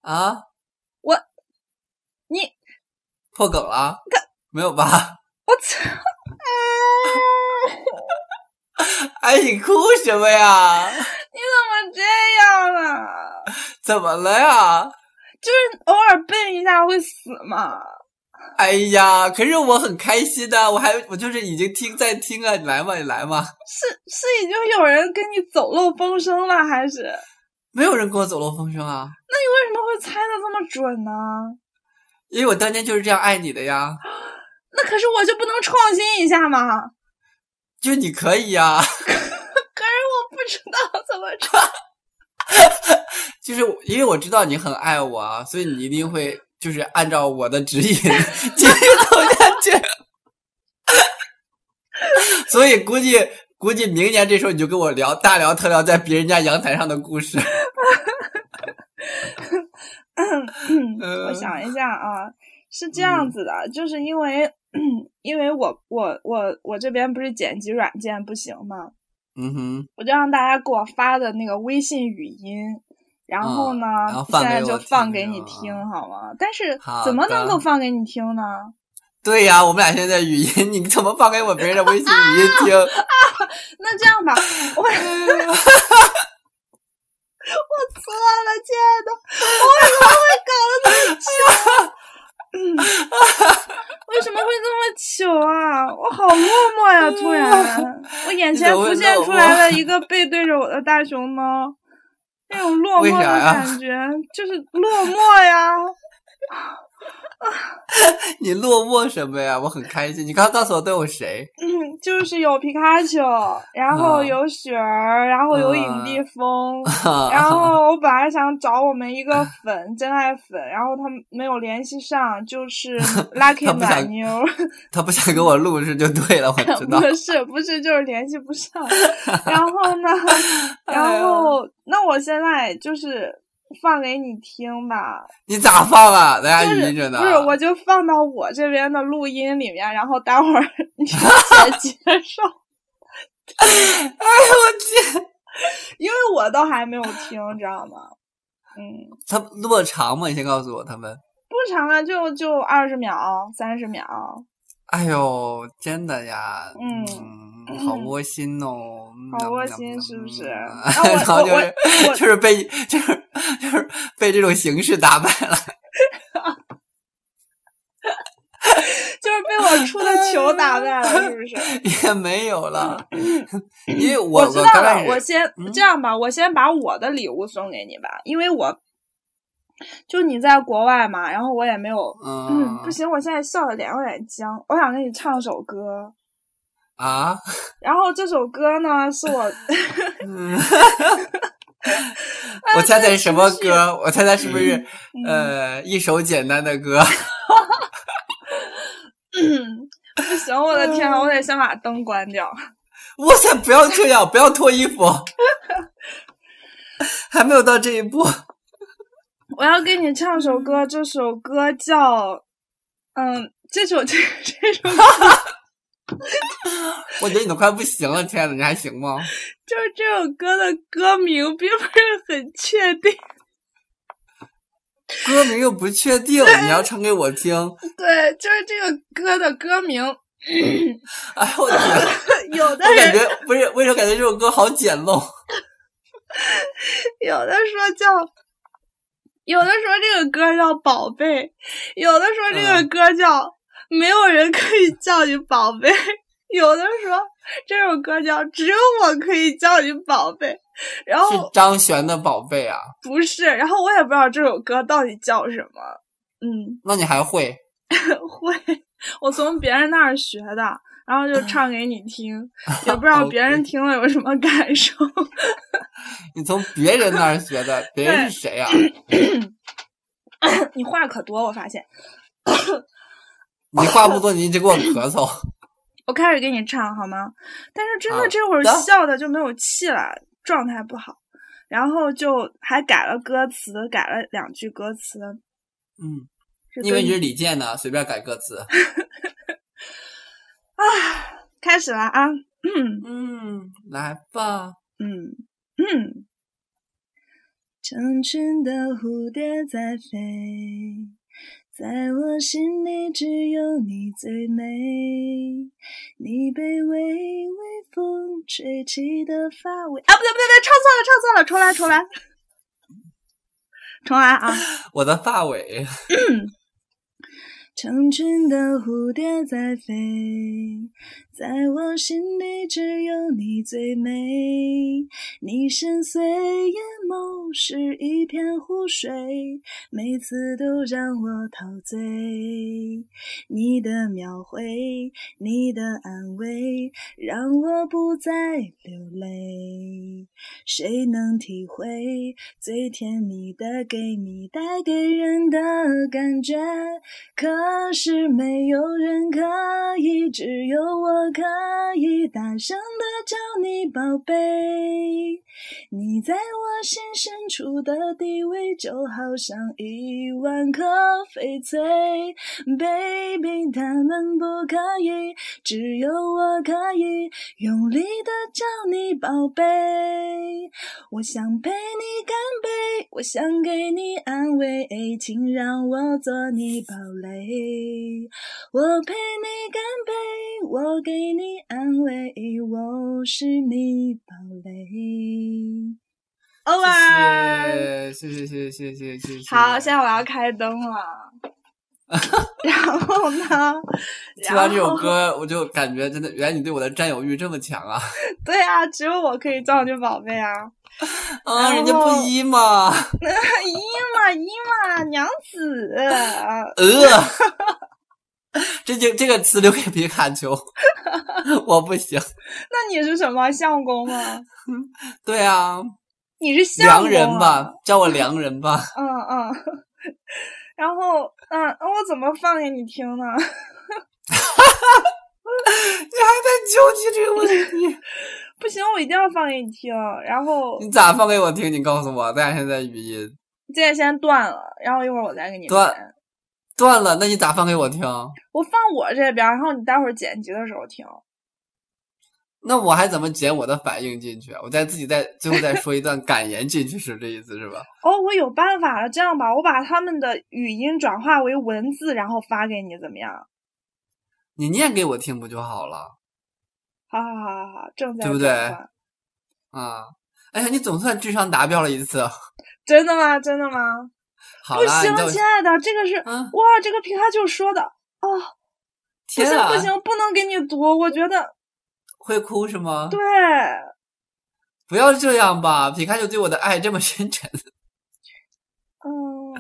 S3: 啊，
S4: 你
S3: 破梗了？没有吧？
S4: 我操！
S3: 哎，你哭什么呀？
S4: 怎么这样啊？
S3: 怎么了呀？
S4: 就是偶尔笨一下会死嘛。
S3: 哎呀，可是我很开心的，我还我就是已经听在听啊，你来嘛，你来嘛。
S4: 是是已经有人跟你走漏风声了，还是为
S3: 没有人给我走漏风声啊，
S4: 什么会猜的这么准呢？
S3: 因为我当年就是这样爱你的呀。
S4: 那可是我就不能创新一下吗？
S3: 就你可以呀、
S4: 可是我不知道怎么创。
S3: 就是我因为我知道你很爱我啊，所以你一定会就是按照我的指引继续走下去。 所以估计估计明年这时候你就跟我聊大聊特聊在别人家阳台上的故 事。嗯
S4: 我想一下啊，是这样子的，就是因为因为我我我我这边不是剪辑软件不行吗？
S3: 嗯哼，
S4: 我就让大家给我发的那个微信语音，然后呢，
S3: 嗯然后放
S4: 现在
S3: 给
S4: 就
S3: 我
S4: 放
S3: 听
S4: 给你听
S3: 啊
S4: 好吗？但是
S3: 好
S4: 怎么能
S3: 的
S4: 够放给你听呢？
S3: 对呀、我们俩现在语音，你怎么放给我别人的微信语音听？
S4: 那这样吧，我 我错了，亲爱的，我怎么 会搞得那么糗？嗯为什么会这么糗啊？我好落寞呀！突 然，我眼前浮现出来了一个背对着我的大熊猫，那种落
S3: 为
S4: 寞
S3: 啥
S4: 的
S3: 呀
S4: 感觉，就是落寞呀。
S3: 你落寞什么呀？我很开心。你刚刚告诉我都有谁？
S4: 嗯，就是有皮卡丘，然后
S3: 嗯
S4: 有雪儿，然后有影帝
S3: 嗯
S4: 风， 然后我本来想找我们一个粉，真爱粉，然后他没有联系上，就是 Lucky
S3: 他不
S4: 奶
S3: 想
S4: 妞，
S3: 他不想给我录制就对了，我知道。
S4: 不是 不是就是联系不 上。然后呢，
S3: 哎
S4: 然
S3: 呀
S4: 后那我现在就是放给你听吧，
S3: 你咋放啊？咱
S4: 就
S3: 俩语
S4: 是
S3: 音着呢。
S4: 不是我就放到我这边的录音里面，然后待会儿你姐接上，
S3: 哎呦我天！
S4: 因为我都还没有听，知道吗？嗯，
S3: 他录了长吗？你先告诉我他们。
S4: 不长啊，就就二十秒、三十秒。
S3: 哎呦，真的呀，
S4: 嗯
S3: 嗯好窝心哦，
S4: 好窝
S3: 嗯
S4: 心是不是
S3: 嗯
S4: 啊我
S3: 然后就
S4: 我
S3: 是
S4: 我
S3: 就是被就是 就是被这种形式打败了，
S4: 就是被我出的球打败了，是不是？
S3: 也没有了，因为
S4: 嗯我
S3: 我
S4: 知道
S3: 刚开
S4: 了，
S3: 始
S4: 我先、
S3: 嗯
S4: 这样吧，我先把我的礼物送给你吧，因为我就你在国外嘛，然后我也没有，嗯，
S3: 嗯
S4: 不行，我现在笑的脸有点僵，我想给你唱首歌，
S3: 啊，
S4: 然后这首歌呢是我，
S3: 嗯我猜猜是什么歌？我猜猜是不是
S4: 嗯
S3: 呃一首简单的歌？
S4: 不行，我的天呐，我得先把灯关掉。
S3: 哇塞，不要这样，不要脱衣服，还没有到这一步。
S4: 我要给你唱首歌，这首歌叫，嗯，这首 这这首歌
S3: 我觉得你都快不行了，亲爱的，你还行吗？
S4: 就是这首歌的歌名并不是很确定。
S3: 歌名又不确定，你要唱给我听。
S4: 对，就是这个歌的歌名，
S3: 哎呦我天，
S4: 有的
S3: 我感
S4: 人
S3: 觉不是，哦为什么感觉这首歌好简陋？
S4: 有的说叫，有的说这个歌叫宝贝，有的说这个
S3: 嗯
S4: 歌叫、没有人可以叫你宝贝，有的说这首歌叫只有我可以叫你宝贝，然后
S3: 是张悬的《宝贝》啊？
S4: 不是，然后我也不知道这首歌到底叫什么。嗯，
S3: 那你还会？
S4: 会，我从别人那儿学的，然后就唱给你听，也不知道别人
S3: OK
S4: 听了有什么感受。
S3: 你从别人那儿学的？别人是谁啊？
S4: 你话可多，我发现。
S3: 你话不多，你一直给我咳 嗽。
S4: 我开始给你唱好吗？但是真的
S3: 好
S4: 这会儿
S3: 的
S4: 笑的就没有气了，状态不好，然后就还改了歌词，改了两句歌词。
S3: 嗯，
S4: 是
S3: 因为
S4: 跟
S3: 你是李健呢，随便改歌词。
S4: 开始了啊，
S3: 嗯，来吧。
S4: 嗯嗯，成群的蝴蝶在飞，在我心里只有你最美。你被微微风吹起的发尾啊，不对不对不对，唱错了唱错了，重来重来， 重来啊！
S3: 我的发尾，
S4: 成群的蝴蝶在飞，在我心里只有你最美。你深邃眼眸是一片湖水，每次都让我陶醉。你的描绘，你的安慰，让我不再流泪。谁能体会最甜蜜的给你带给人的感觉？可是没有人可以，只有我可以大声的叫你宝贝。你在我心心深处的地位，就好像一碗咖啡萃，baby，他们不可以，只有我可以用力的叫你宝贝。我想陪你干杯，我想给你安慰，哎请让我做你堡垒。我陪你干杯，我给你安慰，我是你堡垒。over。
S3: 谢谢谢谢谢谢谢谢。
S4: 好，现在我要开灯了。然后呢？
S3: 听到这
S4: 然
S3: 首
S4: 后
S3: 歌，我就感觉真的，原来你对我的占有欲这么强啊！
S4: 对啊，只有我可以叫你宝贝啊！
S3: 啊，人家
S4: 然
S3: 不
S4: 后
S3: 依嘛，
S4: 姨妈姨妈娘子，
S3: 呃， 这就这个词留给皮卡丘， 我不行。
S4: 那你是什么相公吗？
S3: 对啊，
S4: 你是
S3: 良
S4: 相公、啊、
S3: 人吧，叫我良人吧。
S4: 嗯嗯，然后嗯，我怎么放给你听呢？
S3: 你还在纠结这个问题？
S4: 不行，我一定要放给你听。然后
S3: 你咋放给我听？你告诉我，咱俩现在语音
S4: 现在先断了，然后一会儿我再给你
S3: 断
S4: 连
S3: 断了，那你咋放给我听？
S4: 我放我这边，然后你待会儿剪辑的时候听。
S3: 那我还怎么剪我的反应进去啊？我再自己再最后再说一段感言进去，是这意思是吧？
S4: 哦，我有办法了，这样吧，我把他们的语音转化为文字，然后发给你，怎么样？
S3: 你念给我听不就好了
S4: 好好好好好，正在
S3: 对不
S4: 转
S3: 对
S4: 换
S3: 啊？哎呀，你总算智商达标了一次。
S4: 真的吗？真的吗？
S3: 好
S4: 不
S3: 啦，
S4: 行
S3: 你，
S4: 亲
S3: 就
S4: 爱的，这个是、
S3: 嗯，
S4: 哇，这个皮卡丘说的哦，不
S3: 天
S4: 行
S3: 啊，
S4: 不行，不能给你读，我觉得
S3: 会哭是吗？
S4: 对，
S3: 不要这样吧，皮卡丘对我的爱这么深沉，
S4: 嗯，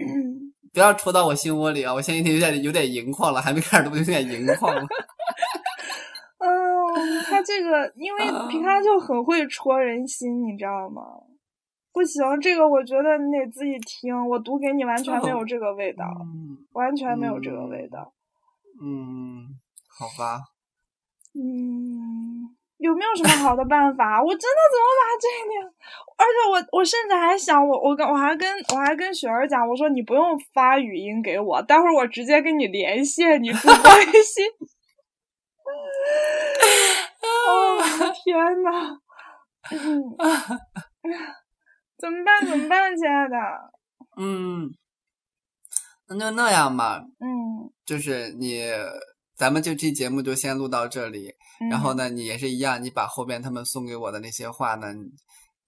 S4: 嗯
S3: 不要戳到我心窝里啊！我现在有点有点盈眶了，还没开始读，有点盈眶 了。
S4: 嗯，他这个因为皮卡丘很会戳人心，你知道吗？不行，这个我觉得你得自己听，我读给你完全没
S3: 哦
S4: 有这个味道。
S3: 嗯
S4: 完全没有这个味道。
S3: 嗯，好吧，
S4: 嗯，有没有什么好的办法？我真的怎么把这一点？而且我我甚至还想，我我跟我还跟我还跟雪儿讲，我说你不用发语音给我，待会儿我直接跟你连线，你主播微信。哦，我的天呐！嗯 怎么办？怎么办，亲爱的？
S3: 嗯，那就那样吧，
S4: 嗯，
S3: 就是你，咱们这期节目就先录到这里。
S4: 嗯
S3: 然后？呢，你也是一样，你把后边他们送给我的那些话呢，你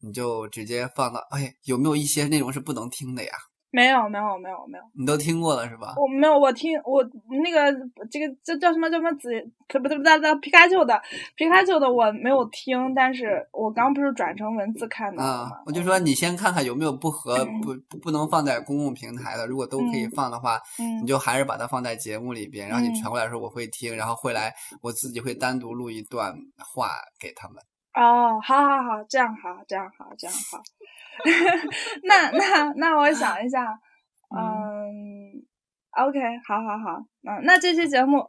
S3: 你就直接放到。哎，有没有一些内容是不能听的呀？
S4: 没有，没有，没有，没有。
S3: 你都听过了是吧？
S4: 我没有，我听我那个这个这叫什么叫什么紫不不不不皮卡丘的皮卡丘的我没有听，但是我刚不是转成文字看到的
S3: 啊、
S4: 吗？
S3: 我就说你先看看有没有不合不不不能放在公共平台的，如果都可以
S4: 嗯
S3: 放的话，
S4: 嗯
S3: 你就还是把它放在节目里边，然后你
S4: 嗯
S3: 传过来的时候我会听，然后会来我自己会单独录一段话给他们。
S4: 哦，好好好，这样好，这样好，这样好。 那那那我想一下，嗯 o k 好好好，嗯，那这期节目，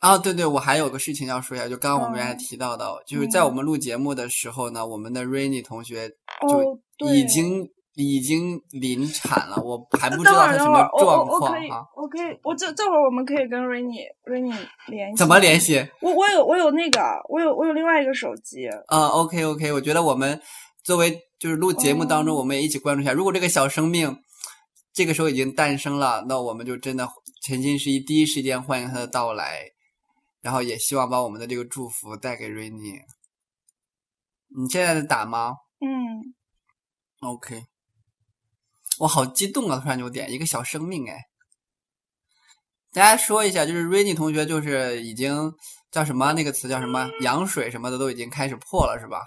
S3: 啊，对对，我还有个事情要说一下，就刚刚我们
S4: 嗯
S3: 还提到的，就是在
S4: 嗯
S3: 我们录节目的时候呢，我们的 Rainy 同学
S4: 哦，
S3: 就
S4: 对，
S3: 已经、已经临产了，我还 不知
S4: 等会
S3: 道她什
S4: 儿等
S3: 么
S4: 会儿，我
S3: 状
S4: 我我可
S3: 况
S4: 以
S3: 啊，
S4: 我可以，我这这会儿我们可以跟 Rainy Rainy 联系，
S3: 怎么联系？
S4: 我我有我有那个，我有我有另外一个手机。
S3: 啊，OK OK，我觉得我们作为就是录节目当中，
S4: 哦
S3: 我们也一起关注一下。如果这个小生命这个时候已经诞生了，那我们就真的诚心实意第一时间欢迎他的到来，然后也希望把我们的这个祝福带给瑞妮。你现在在打吗
S4: 嗯，
S3: ？OK，我好激动啊！突然有点一个小生命哎。大家说一下，就是瑞妮同学，就是已经叫什么那个词叫什么羊水什么的都已经开始破了，是吧？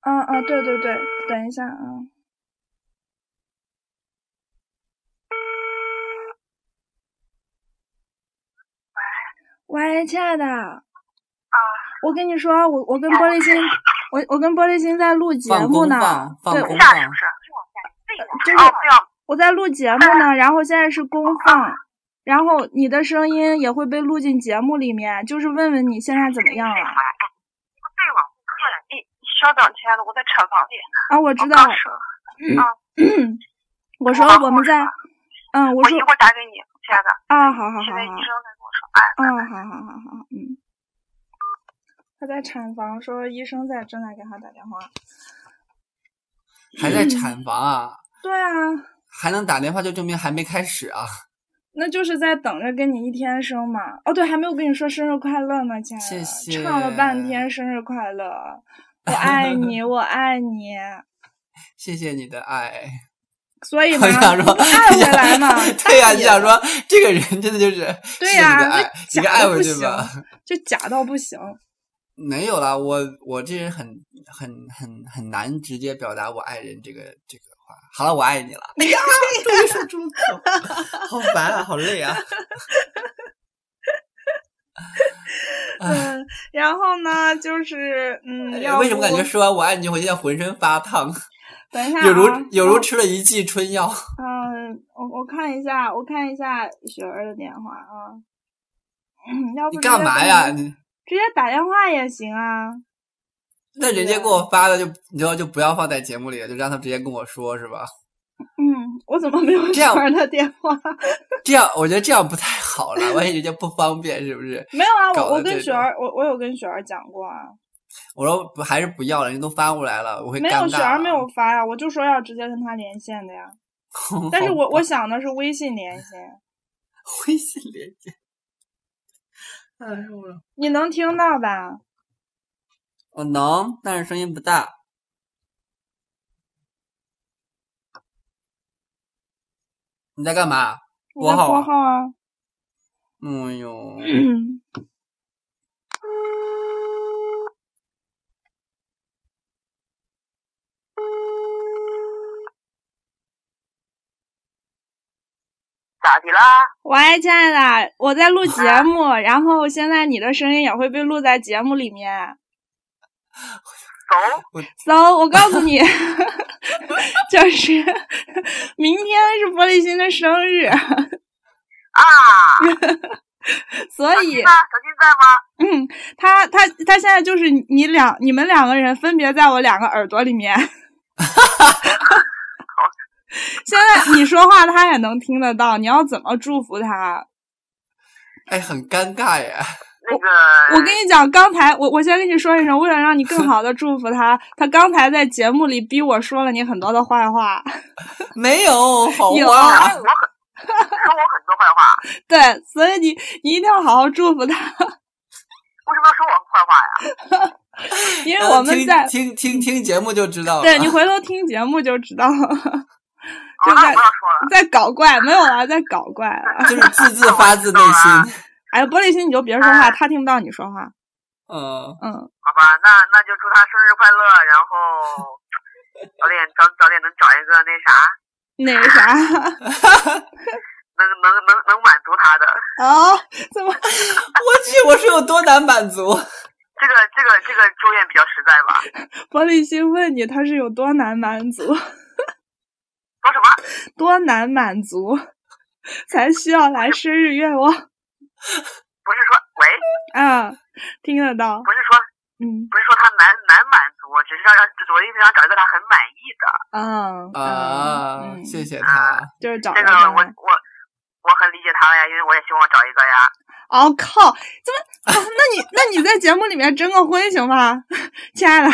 S4: 啊啊，嗯对对对，等一下啊。喂，亲爱的。啊。我跟你说，我我跟玻璃心，我我跟玻璃心在录节
S3: 放
S4: 目
S3: 公
S4: 呢
S3: 放，放
S4: 对，
S3: 公
S4: 我
S3: 放，
S4: 就是我在录节目呢，然后现在是公放，然后你的声音也会被录进节目里面，就是问问你现在怎么样了。
S5: 再往后退，你需稍等，亲爱的，我在产房里。
S4: 啊，我知
S5: 我
S4: 道
S5: 刚。说，
S4: 我说
S5: 我
S4: 我们在
S5: 忙，
S4: 嗯，我
S5: 我
S4: 说
S5: 一会儿打给你，亲爱的。
S4: 啊，好好好
S5: 现在医
S4: 好。
S5: 生在跟我说，哎，
S4: 嗯，好好好好，好，嗯。他在产房，说医生在正在给他打电话。
S3: 还
S4: 嗯
S3: 在产房啊，
S4: 对啊，
S3: 还能打电话就证明还没开始啊！
S4: 那就是在等着跟你一天生嘛。哦，对，还没有跟你说生日快乐呢，亲爱的，
S3: 谢谢
S4: 唱了半天生日快乐，我爱你，我爱你。
S3: 谢谢你的爱。
S4: 所以嘛，
S3: 我想说，。
S4: 不爱回来嘛
S3: 对呀、
S4: 大
S3: 你
S4: 爷
S3: 想说这个人真的就是
S4: 对
S3: 谢谢你
S4: 呀、
S3: 的爱，你
S4: 那
S3: 给
S4: 假
S3: 爱
S4: 到不
S3: 回去
S4: 行
S3: 吧。，
S4: 就假到不行。
S3: 没有啦，我我这人很很很很难直接表达我爱人这个这个话。好了，我爱你了。哎呀，终于说出 口，好烦啊，好累啊。
S4: 嗯，然后呢，就是嗯，要
S3: 哎为什么感
S4: 不
S3: 觉说完我爱你，我现在浑身发烫，
S4: 等一下、啊、
S3: 有如有如
S4: 嗯
S3: 吃了一剂春药？
S4: 嗯，我我看一下，我看一下雪儿的电话啊。 要不
S3: 你
S4: 直接
S3: 干嘛
S4: 打
S3: 呀？
S4: 电？
S3: 你
S4: 直接打电话也行啊。
S3: 那人家给我发的就你知道就不要放在节目里了，就让他直接跟我说是吧？
S4: 嗯，我怎么没有
S3: 这
S4: 雪
S3: 样
S4: 儿的电话？
S3: 这样我觉得这样不太好了，万一人家不方便是不是？
S4: 没有啊，
S3: 搞
S4: 我我
S3: 得
S4: 跟
S3: 这
S4: 雪儿，我我有跟雪儿讲过啊。
S3: 我说不还是不要了，人家都发过来了，我会
S4: 没
S3: 尴
S4: 有，
S3: 尬。啊
S4: 雪儿 没有，发呀、我就说要直接跟他连线的呀。但是我我想的是微信连线，
S3: 微信连接。哎呦我，
S4: 你能听到吧？
S3: 我哦能，但是声音不大。你在干嘛？
S4: 我
S3: 拨
S4: 在
S3: 号
S4: 拨
S3: 啊
S4: 号啊。
S3: 哎呦，
S4: 嗯
S5: 咋的啦？
S4: 喂，亲爱的，我在录节目，然后现在你的声音也会被录在节目里面。
S5: 走，
S4: so,，我告诉你， 就是明天是玻璃心的生日，
S5: 啊，
S4: 嗯所
S5: 小
S4: 以嗯
S5: 金呢？小金在吗？
S4: 他他他现在就是你两你们两个人分别在我两个耳朵里面。 现在你说话他也能听得到，你要怎么祝福他？
S3: 哎，很尴尬耶。
S5: 那个，
S4: 我跟你讲，刚才我我先跟你说一声，为了让你 更好的祝福他，他刚才在节目里逼我说了你很多的坏话。
S3: 没有，好啊
S4: 有
S3: 话。
S5: 说我很说我很多坏话，
S4: 对，所以你你一定要好好祝福他，
S5: 为什么要说我坏话呀？
S4: 因为
S3: 呃
S4: 我们
S3: 听
S4: 在
S3: 听听听节目就知道了。
S4: 对你回头听节目就知道了，
S5: 啊
S4: 就
S5: 那
S4: 在
S5: 我不要说了，
S4: 在搞怪，没有啊，在搞怪啊！
S3: 就是字字发自内 心。
S4: 哎呀，玻璃心你就别说
S3: 啊
S4: 话，他听不到你说话。
S3: 嗯，
S4: 嗯，
S5: 好吧？那那就祝他生日快乐，然 后早点早早点能找一个那啥，
S4: 那个啥，
S5: 能能能能满足他的。
S4: 哦，怎么？
S3: 我去，我是有多难满足？
S5: 这个这个这个祝愿比较实在吧？
S4: 玻璃心问你他是有多难满足，
S5: 说什么？
S4: 多难满足，才需要来生日愿望
S5: 不是说喂，
S4: 啊？听得到，
S5: 不是说
S4: 嗯
S5: 不是说他难难满足，只是让让我的意思想找一个他很满意的。
S4: 啊
S3: 啊，
S4: 嗯
S3: 谢谢他。
S4: 就是找
S5: 这
S4: 到
S5: 个
S4: 他
S5: 我
S4: 们。
S5: 我我很理解他呀，因为我也希望找一个呀。
S4: 哦靠！怎么？哦、那你那你在节目里面征个婚行吗，亲爱的？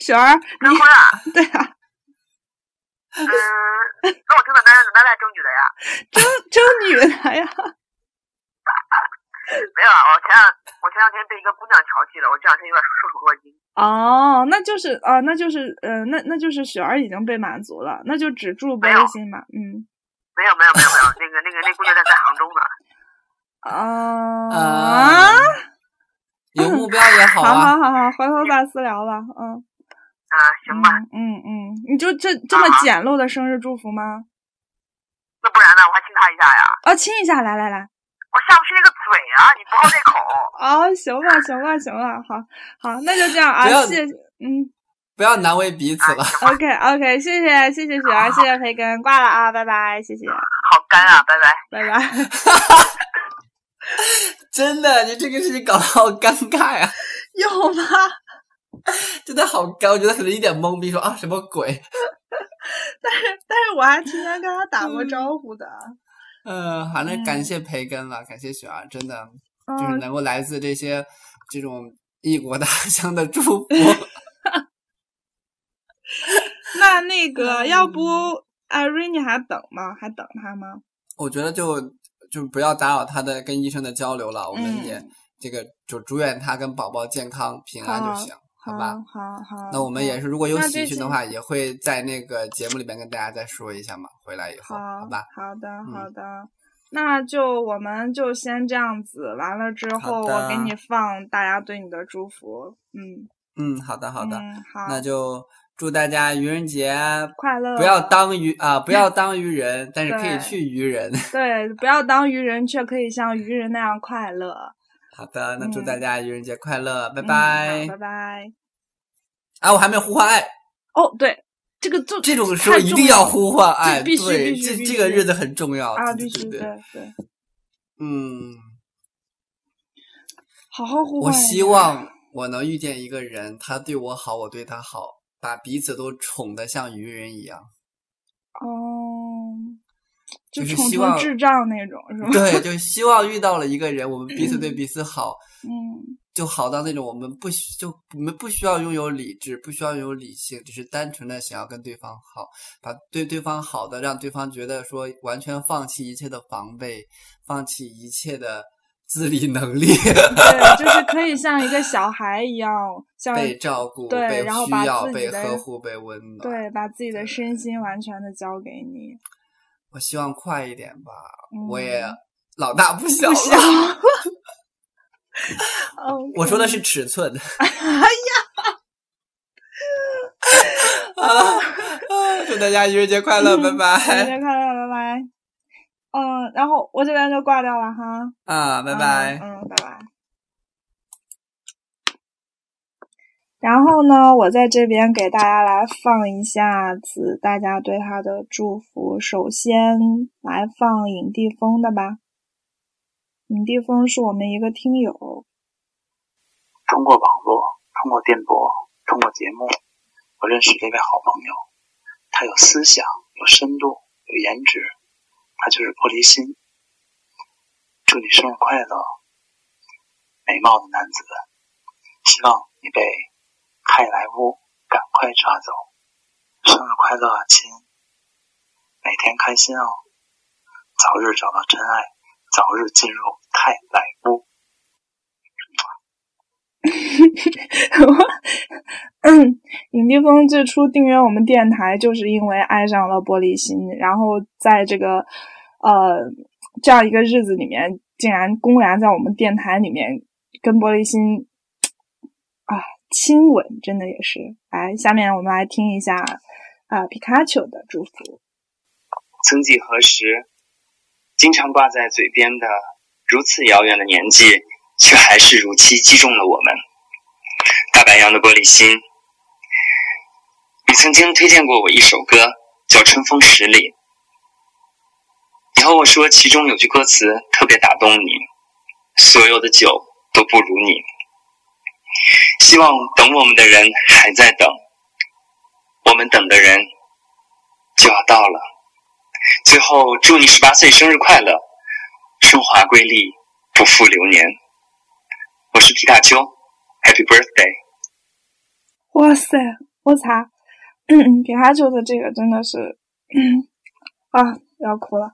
S4: 雪儿，
S5: 征婚啊，
S4: 对啊，
S5: 嗯，那我听到咱俩咱俩争女的呀？
S4: 征征女的呀！
S5: 没有啊，我前两我前两天被一个姑娘调戏了，我这两天有点受宠若惊。
S4: 哦，那就是啊、那就是呃，那那就是雪儿已经被满足了，那就只住玻
S5: 没有
S4: 璃心嘛，嗯。
S5: 没有没有没有没有，那个那个那姑娘在在杭州呢。
S4: 啊
S3: 啊，，有目标也好
S4: 好
S3: 啊
S4: 好。好好，回头再私聊吧，嗯，
S5: 啊，行吧，
S4: 嗯嗯嗯，你就这这么
S5: 啊
S4: 简陋的生日祝福吗？
S5: 那不然呢？我还亲她一下呀。
S4: 啊，亲一下，来来来，
S5: 我下不去那个嘴啊，你不好这口。
S4: 哦，行吧行吧行吧，好好，那就这样啊
S3: 不要，
S4: 谢谢，嗯
S3: 不要难为彼此了。
S4: ，OK OK，谢谢谢谢雪儿，谢谢培根，挂了啊，拜拜，谢谢，
S5: 好干啊，拜拜。
S4: 拜 拜。
S3: 真的，你这个事情搞得好尴尬呀！
S4: 有吗？
S3: 真的好干，我觉得可能一脸懵逼，说啊什么鬼？
S4: 但是但是我还提前跟他打过招呼的。嗯
S3: 呃，好了，感谢培根了，感谢雪儿，真的就是
S4: 嗯，
S3: 能够来自这些这种异国他乡的祝 福。
S4: 那那个，要不艾瑞你还等吗？还等他吗？
S3: 我觉得就就不要打扰他的跟医生的交流了，我们
S4: 嗯
S3: 也这个就祝愿他跟宝宝健康平安就
S4: 好
S3: 行，好吧？
S4: 好好。
S3: 那我们也是，如果有
S4: 那
S3: 喜
S4: 这
S3: 讯的
S4: 期
S3: 话，也会在那个节目里面跟大家再说一下嘛。回来以后，
S4: 好
S3: 好吧？
S4: 好的，
S3: 嗯
S4: 好的。那就我们就先这样子，完了之
S3: 好
S4: 后
S3: 的
S4: 我给你放大家对你的祝福，嗯，
S3: 嗯，好的，好的，
S4: 嗯、好，
S3: 那就祝大家愚人节啊
S4: 快乐，
S3: 不要当愚啊、不要当愚人，但是可以
S4: 嗯对
S3: 去愚人。
S4: 对，不要当愚人，却可以像愚人那样快乐，
S3: 好的，那祝大
S4: 嗯
S3: 家愚人节快乐，拜
S4: 嗯
S3: 拜
S4: 好。拜拜。
S3: 啊，我还没有呼唤爱，
S4: 哦，对，这个就
S3: 这种时
S4: 太
S3: 候一
S4: 重
S3: 定
S4: 要
S3: 要
S4: 了
S3: 呼唤爱，
S4: 这必须
S3: 对，
S4: 必须
S3: 这
S4: 必
S3: 这个
S4: 须
S3: 日子很重要
S4: 啊，
S3: 对
S4: 必须
S3: 对
S4: 对对，
S3: 嗯，
S4: 好好呼
S3: 我
S4: 唤一下。
S3: 希望我能遇见一个人，他对我好，我对他好，把彼此都宠得像愚人一样。
S4: 哦，就
S3: 就是
S4: 宠
S3: 希
S4: 成
S3: 望
S4: 智障那种是吧？
S3: 对，就希望遇到了一个人，我们彼此对彼此好，
S4: 嗯
S3: 就好到那种我们不需就我们不需要拥有理智，不需要拥有理性，只是单纯的想要跟对方好，把对对方好的，让对方觉得说完全放弃一切的防备，放弃一切的自理能 力，
S4: 对，就是可以像一个小孩一样，像
S3: 被照顾、
S4: 对
S3: 被
S4: 然后
S3: 需
S4: 把
S3: 要、
S4: 自己
S3: 被
S4: 的
S3: 呵护、被温暖。
S4: 对，把自己的身心完全的交给你。
S3: 我希望快一点吧，
S4: 嗯、
S3: 我也老大不小
S4: 不哦
S3: 了。
S4: 想。OK
S3: 我说的是尺 寸。哎呀， 好了， 啊祝大家愚人节快乐，拜
S4: 节
S3: 拜
S4: 快乐，嗯拜拜。嗯，然后我这边就挂掉了哈。
S3: 啊，拜拜。
S4: 嗯，嗯拜拜。然后呢，我在这边给大家来放一下子大家对他的祝福。首先来放影帝风的吧。影帝风是我们一个听友，
S6: 通过网络，通过电波，通过节目，我认识这位好朋友。他有思想，有深度，有颜值，他就是玻璃心。祝你生日快乐，美貌的男子！希望你被派莱乌赶快抓走。生日快乐，啊亲！每天开心哦，早日找到真爱，早日进入泰莱乌。
S4: 嗯， 尹立峰最初订阅我们电台，就是因为爱上了玻璃心，然后在这个呃这样一个日子里面，竟然公然在我们电台里面跟玻璃心啊亲吻，真的也是。来，下面我们来听一下啊、皮卡丘的祝福。
S6: 曾几何时，经常挂在嘴边的如此遥远的年纪，却还是如期击中了我们。大白杨的玻璃心，你曾经推荐过我一首歌，叫《春风十里》。你和我说，其中有句歌词特别打动你：“所有的酒都不如你。”希望等我们的人还在等，我们等的人就要到了。最后，祝你十八岁生日快乐，春华瑰丽，不负流年。我是皮卡丘，Happy Birthday。
S4: 哇塞，我擦，嗯皮卡丘的这个真的是，啊，要哭了。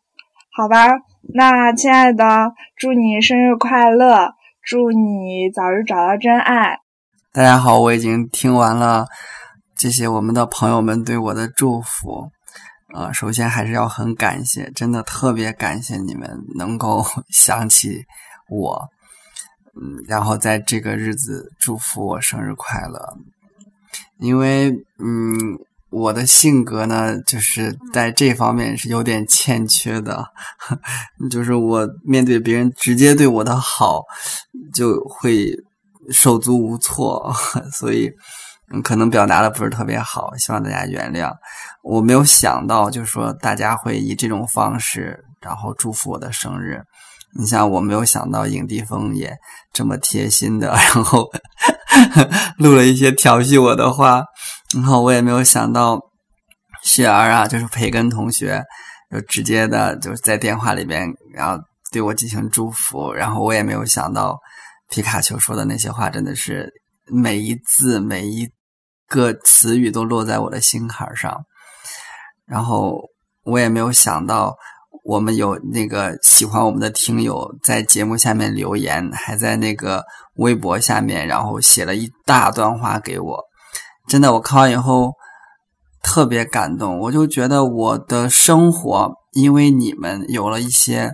S4: 好吧，那亲爱的，祝你生日快乐，祝你早日找到真爱。
S3: 大家好，我已经听完了这些我们的朋友们对我的祝福。啊、首先还是要很感谢，真的特别感谢你们能够 想起我，嗯，然后在这个日子祝福我生日快乐。因为，嗯，我的性格呢，就是在这方面是有点欠缺的， 就是我面对别人直接对我的好，就会手足无措， 所以嗯可能表达的不是特别好，希望大家原谅。我没有想到，就是说大家会以这种方式，然后祝福我的生日。 你像我没有想到影帝风也这么贴心的，然后录了一些调戏我的话，然后我也没有想到雪儿啊，就是培根同学，就直接的就是在电话里边，然后对我进行祝福，然后我也没有想到皮卡丘说的那些话，真的是每一字每一个词语都落在我的心坎上，然后我也没有想到。我们有那个喜欢我们的听友在节目下面留言，还在那个微博下面，然后写了一大段话给我。真的，我看完以后特别感动，我就觉得我的生活因为你们有了一些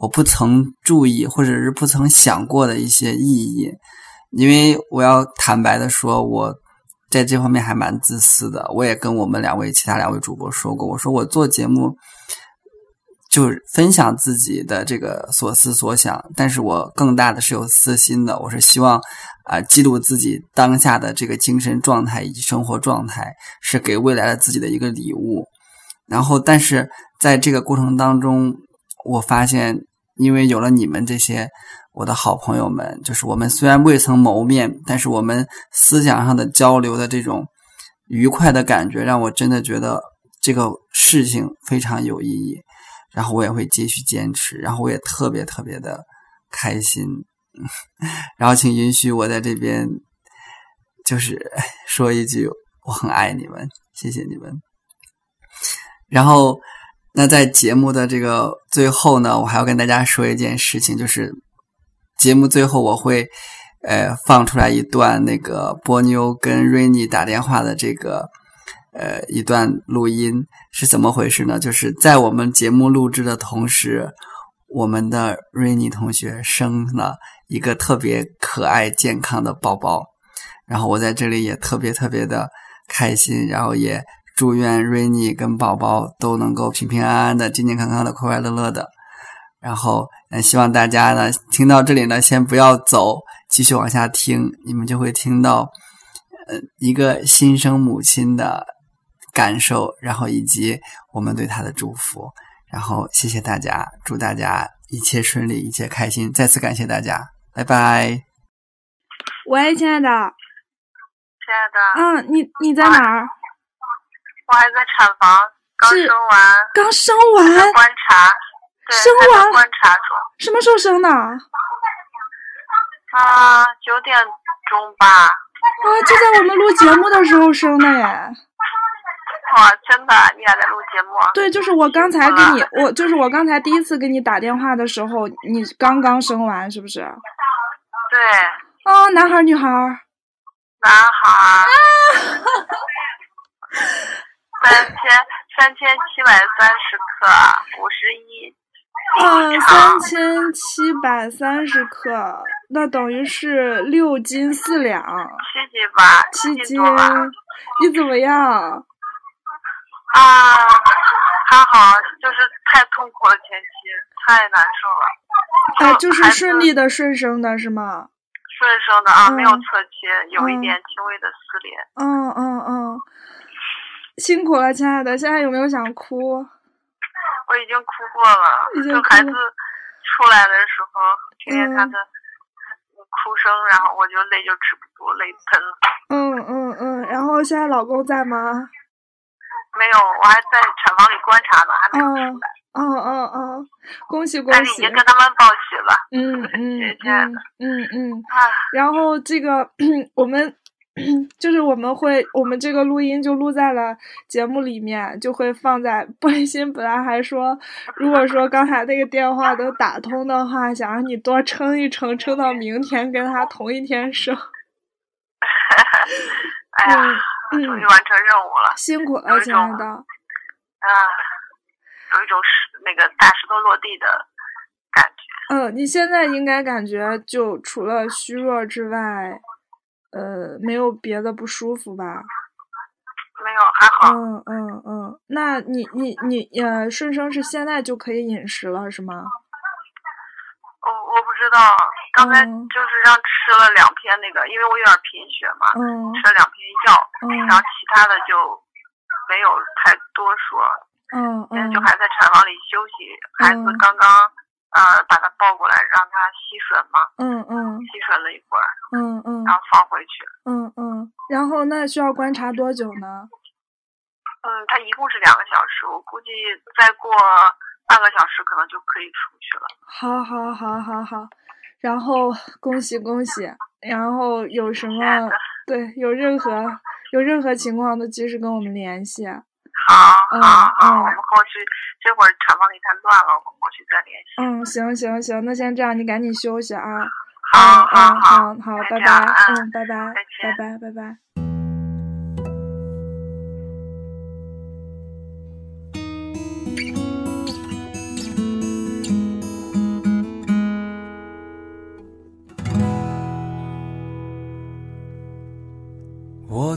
S3: 我不曾注意或者是不曾想过的一些意义。因为我要坦白的说，我。在这方面还蛮自私的，我也跟我们两位其他两位主播说过，我说我做节目。就是分享自己的这个所思所想，但是我更大的是有私心的，我是希望啊、呃、记录自己当下的这个精神状态以及生活状态，是给未来的自己的一个礼物。然后，但是在这个过程当中，我发现，因为有了你们这些我的好朋友们，就是我们虽然未曾谋面，但是我们思想上的交流的这种愉快的感觉，让我真的觉得这个事情非常有意义。然后我也会继续坚持，然后我也特别特别的开心。 然后请允许我在这边就是说一句，我很爱你们，谢谢你们。然后，那在节目的这个最后呢，我还要跟大家说一件事情，就是节目最后我会呃放出来一段那个波妞跟瑞妮打电话的这个。呃，一段录音是怎么回事呢？就是在我们节目录制的同时，我们的瑞妮同学生了一个特别可爱、健康的宝宝。然后我在这里也特别特别的开心，然后也祝愿瑞妮跟宝宝都能够平平安安的、健健康康的、快快乐乐的。然后，嗯，希望大家呢听到这里呢，先不要走，继续往下听，你们就会听到，呃，一个新生母亲的。感受，然后以及我们对他的祝福，然后谢谢大家，祝大家一切顺利，一切开心。再次感谢大家，拜拜。
S4: 喂，亲爱的，
S5: 亲爱的，
S4: 嗯，你你在哪儿？
S5: 我还在产房，刚
S4: 是
S5: 生完，
S4: 刚生
S5: 还
S4: 完
S5: 在，观察，对，
S4: 生
S5: 还在
S4: 完
S5: 观察中
S4: 什么时候生的？啊，
S5: 啊，九点钟吧，
S4: 就在我们录节目的时候生的耶。
S5: 哇，真的，你俩在录节目啊，
S4: 对，就是我刚才给你，我就是我刚才第一次给你打电话的时候，你刚刚生完是不是？
S5: 对，
S4: 哦，男孩儿女孩儿？
S5: 男
S4: 啊
S5: 孩儿，三千三千七百三十克，五十一，啊
S4: 嗯，三千七百三十克，那等于是六斤四两，
S5: 七斤吧，
S4: 七
S5: 斤
S4: 斤
S5: 多吧，。
S4: 你怎么
S5: 哦
S4: 样？
S5: 啊，还好，就是太痛苦了，前期太难受了。
S4: 哎，就是
S5: 还
S4: 顺利的顺生的是吗？
S5: 顺生的啊，没有
S4: 嗯
S5: 侧切，有一
S4: 嗯
S5: 点轻微的撕裂。
S4: 嗯嗯嗯，辛苦了，亲爱的。现在有没有想哭？
S5: 我已经哭过了
S4: 已，经
S5: 就
S4: 哭
S5: 孩子
S4: 了
S5: 出来的时候，听见他
S4: 嗯
S5: 的哭声，然后我就泪就止不住，泪喷了。
S4: 嗯嗯嗯。然后现在老公在吗？
S5: 没有，我还在产房里观察呢，还没有
S4: 嗯
S5: 出来，
S4: 嗯嗯嗯，恭喜恭
S5: 但是已
S4: 喜
S5: 经！跟他们报喜了。
S4: 嗯嗯
S5: 谢谢亲爱
S4: 嗯
S5: 的
S4: 嗯嗯。
S5: 啊，
S4: 然后这个 我们就是我们会，我们这个录音就录在了节目里面，就会放在。不然心本来还说，如果说刚才那个电话能打通的话，想让你多撑一撑，撑到明天跟他同一天生。
S5: 哎呀，
S4: 嗯
S5: 终于
S4: 嗯，
S5: 完成任务了
S4: 辛苦
S5: 有
S4: 了，
S5: 一
S4: 亲爱
S5: 种
S4: 的。
S5: 啊，有一种石那个大石头落地的感觉。
S4: 嗯，你现在应该感觉就除了虚弱之外，呃，没有别的不舒服吧？
S5: 没有，还好，
S4: 嗯嗯嗯，那你你你呃，顺生是现在就可以饮食了是吗？
S5: 我我不知道，刚才
S4: 嗯
S5: 就是让吃了两片那个，因为我有点贫血嘛，
S4: 嗯
S5: 吃了两片药，
S4: 嗯
S5: 然后其他的就没有太多说，
S4: 嗯
S5: 现在
S4: 嗯
S5: 就还在产房里休息，孩子
S4: 嗯
S5: 刚刚呃把它抱过来让它吸吮嘛，
S4: 嗯嗯
S5: 吸吮了一会儿，
S4: 嗯嗯
S5: 然后放回去。
S4: 嗯嗯，然后那需要观察多久呢？
S5: 嗯，它一共是两个小时，我估计再过半个小时可能就可以出去了。
S4: 好，好，好，好，好，然后恭喜恭喜，然后有什么对有任何有任何情况都及时跟我们联系。
S5: 好，
S4: 嗯
S5: 好，好，
S4: 嗯
S5: 我们过去，这会儿产房里太乱了，我们过去再联系。
S4: 嗯，行行行，那先这样，你赶紧休息啊。嗯
S5: 好，
S4: 嗯，
S5: 好，
S4: 好好，
S5: 再
S4: 拜
S5: 见
S4: 拜
S5: 啊，
S4: 嗯，拜拜
S5: 再，
S4: 拜
S5: 见
S4: 拜，拜拜。
S7: 我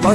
S7: 把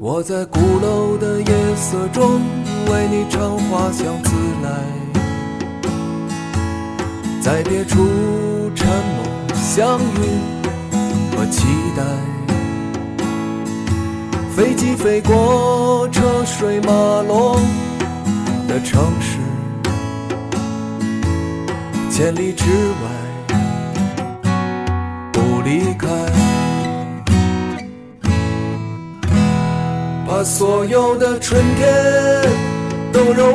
S7: 我在鼓楼的夜色中为你唱花香自来，在别处沉默、相遇和期待。飞机飞过车水马龙的城市，千里之外不离开。把所有的春天都揉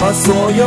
S7: 把所有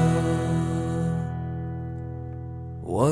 S7: 我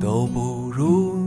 S7: 都不如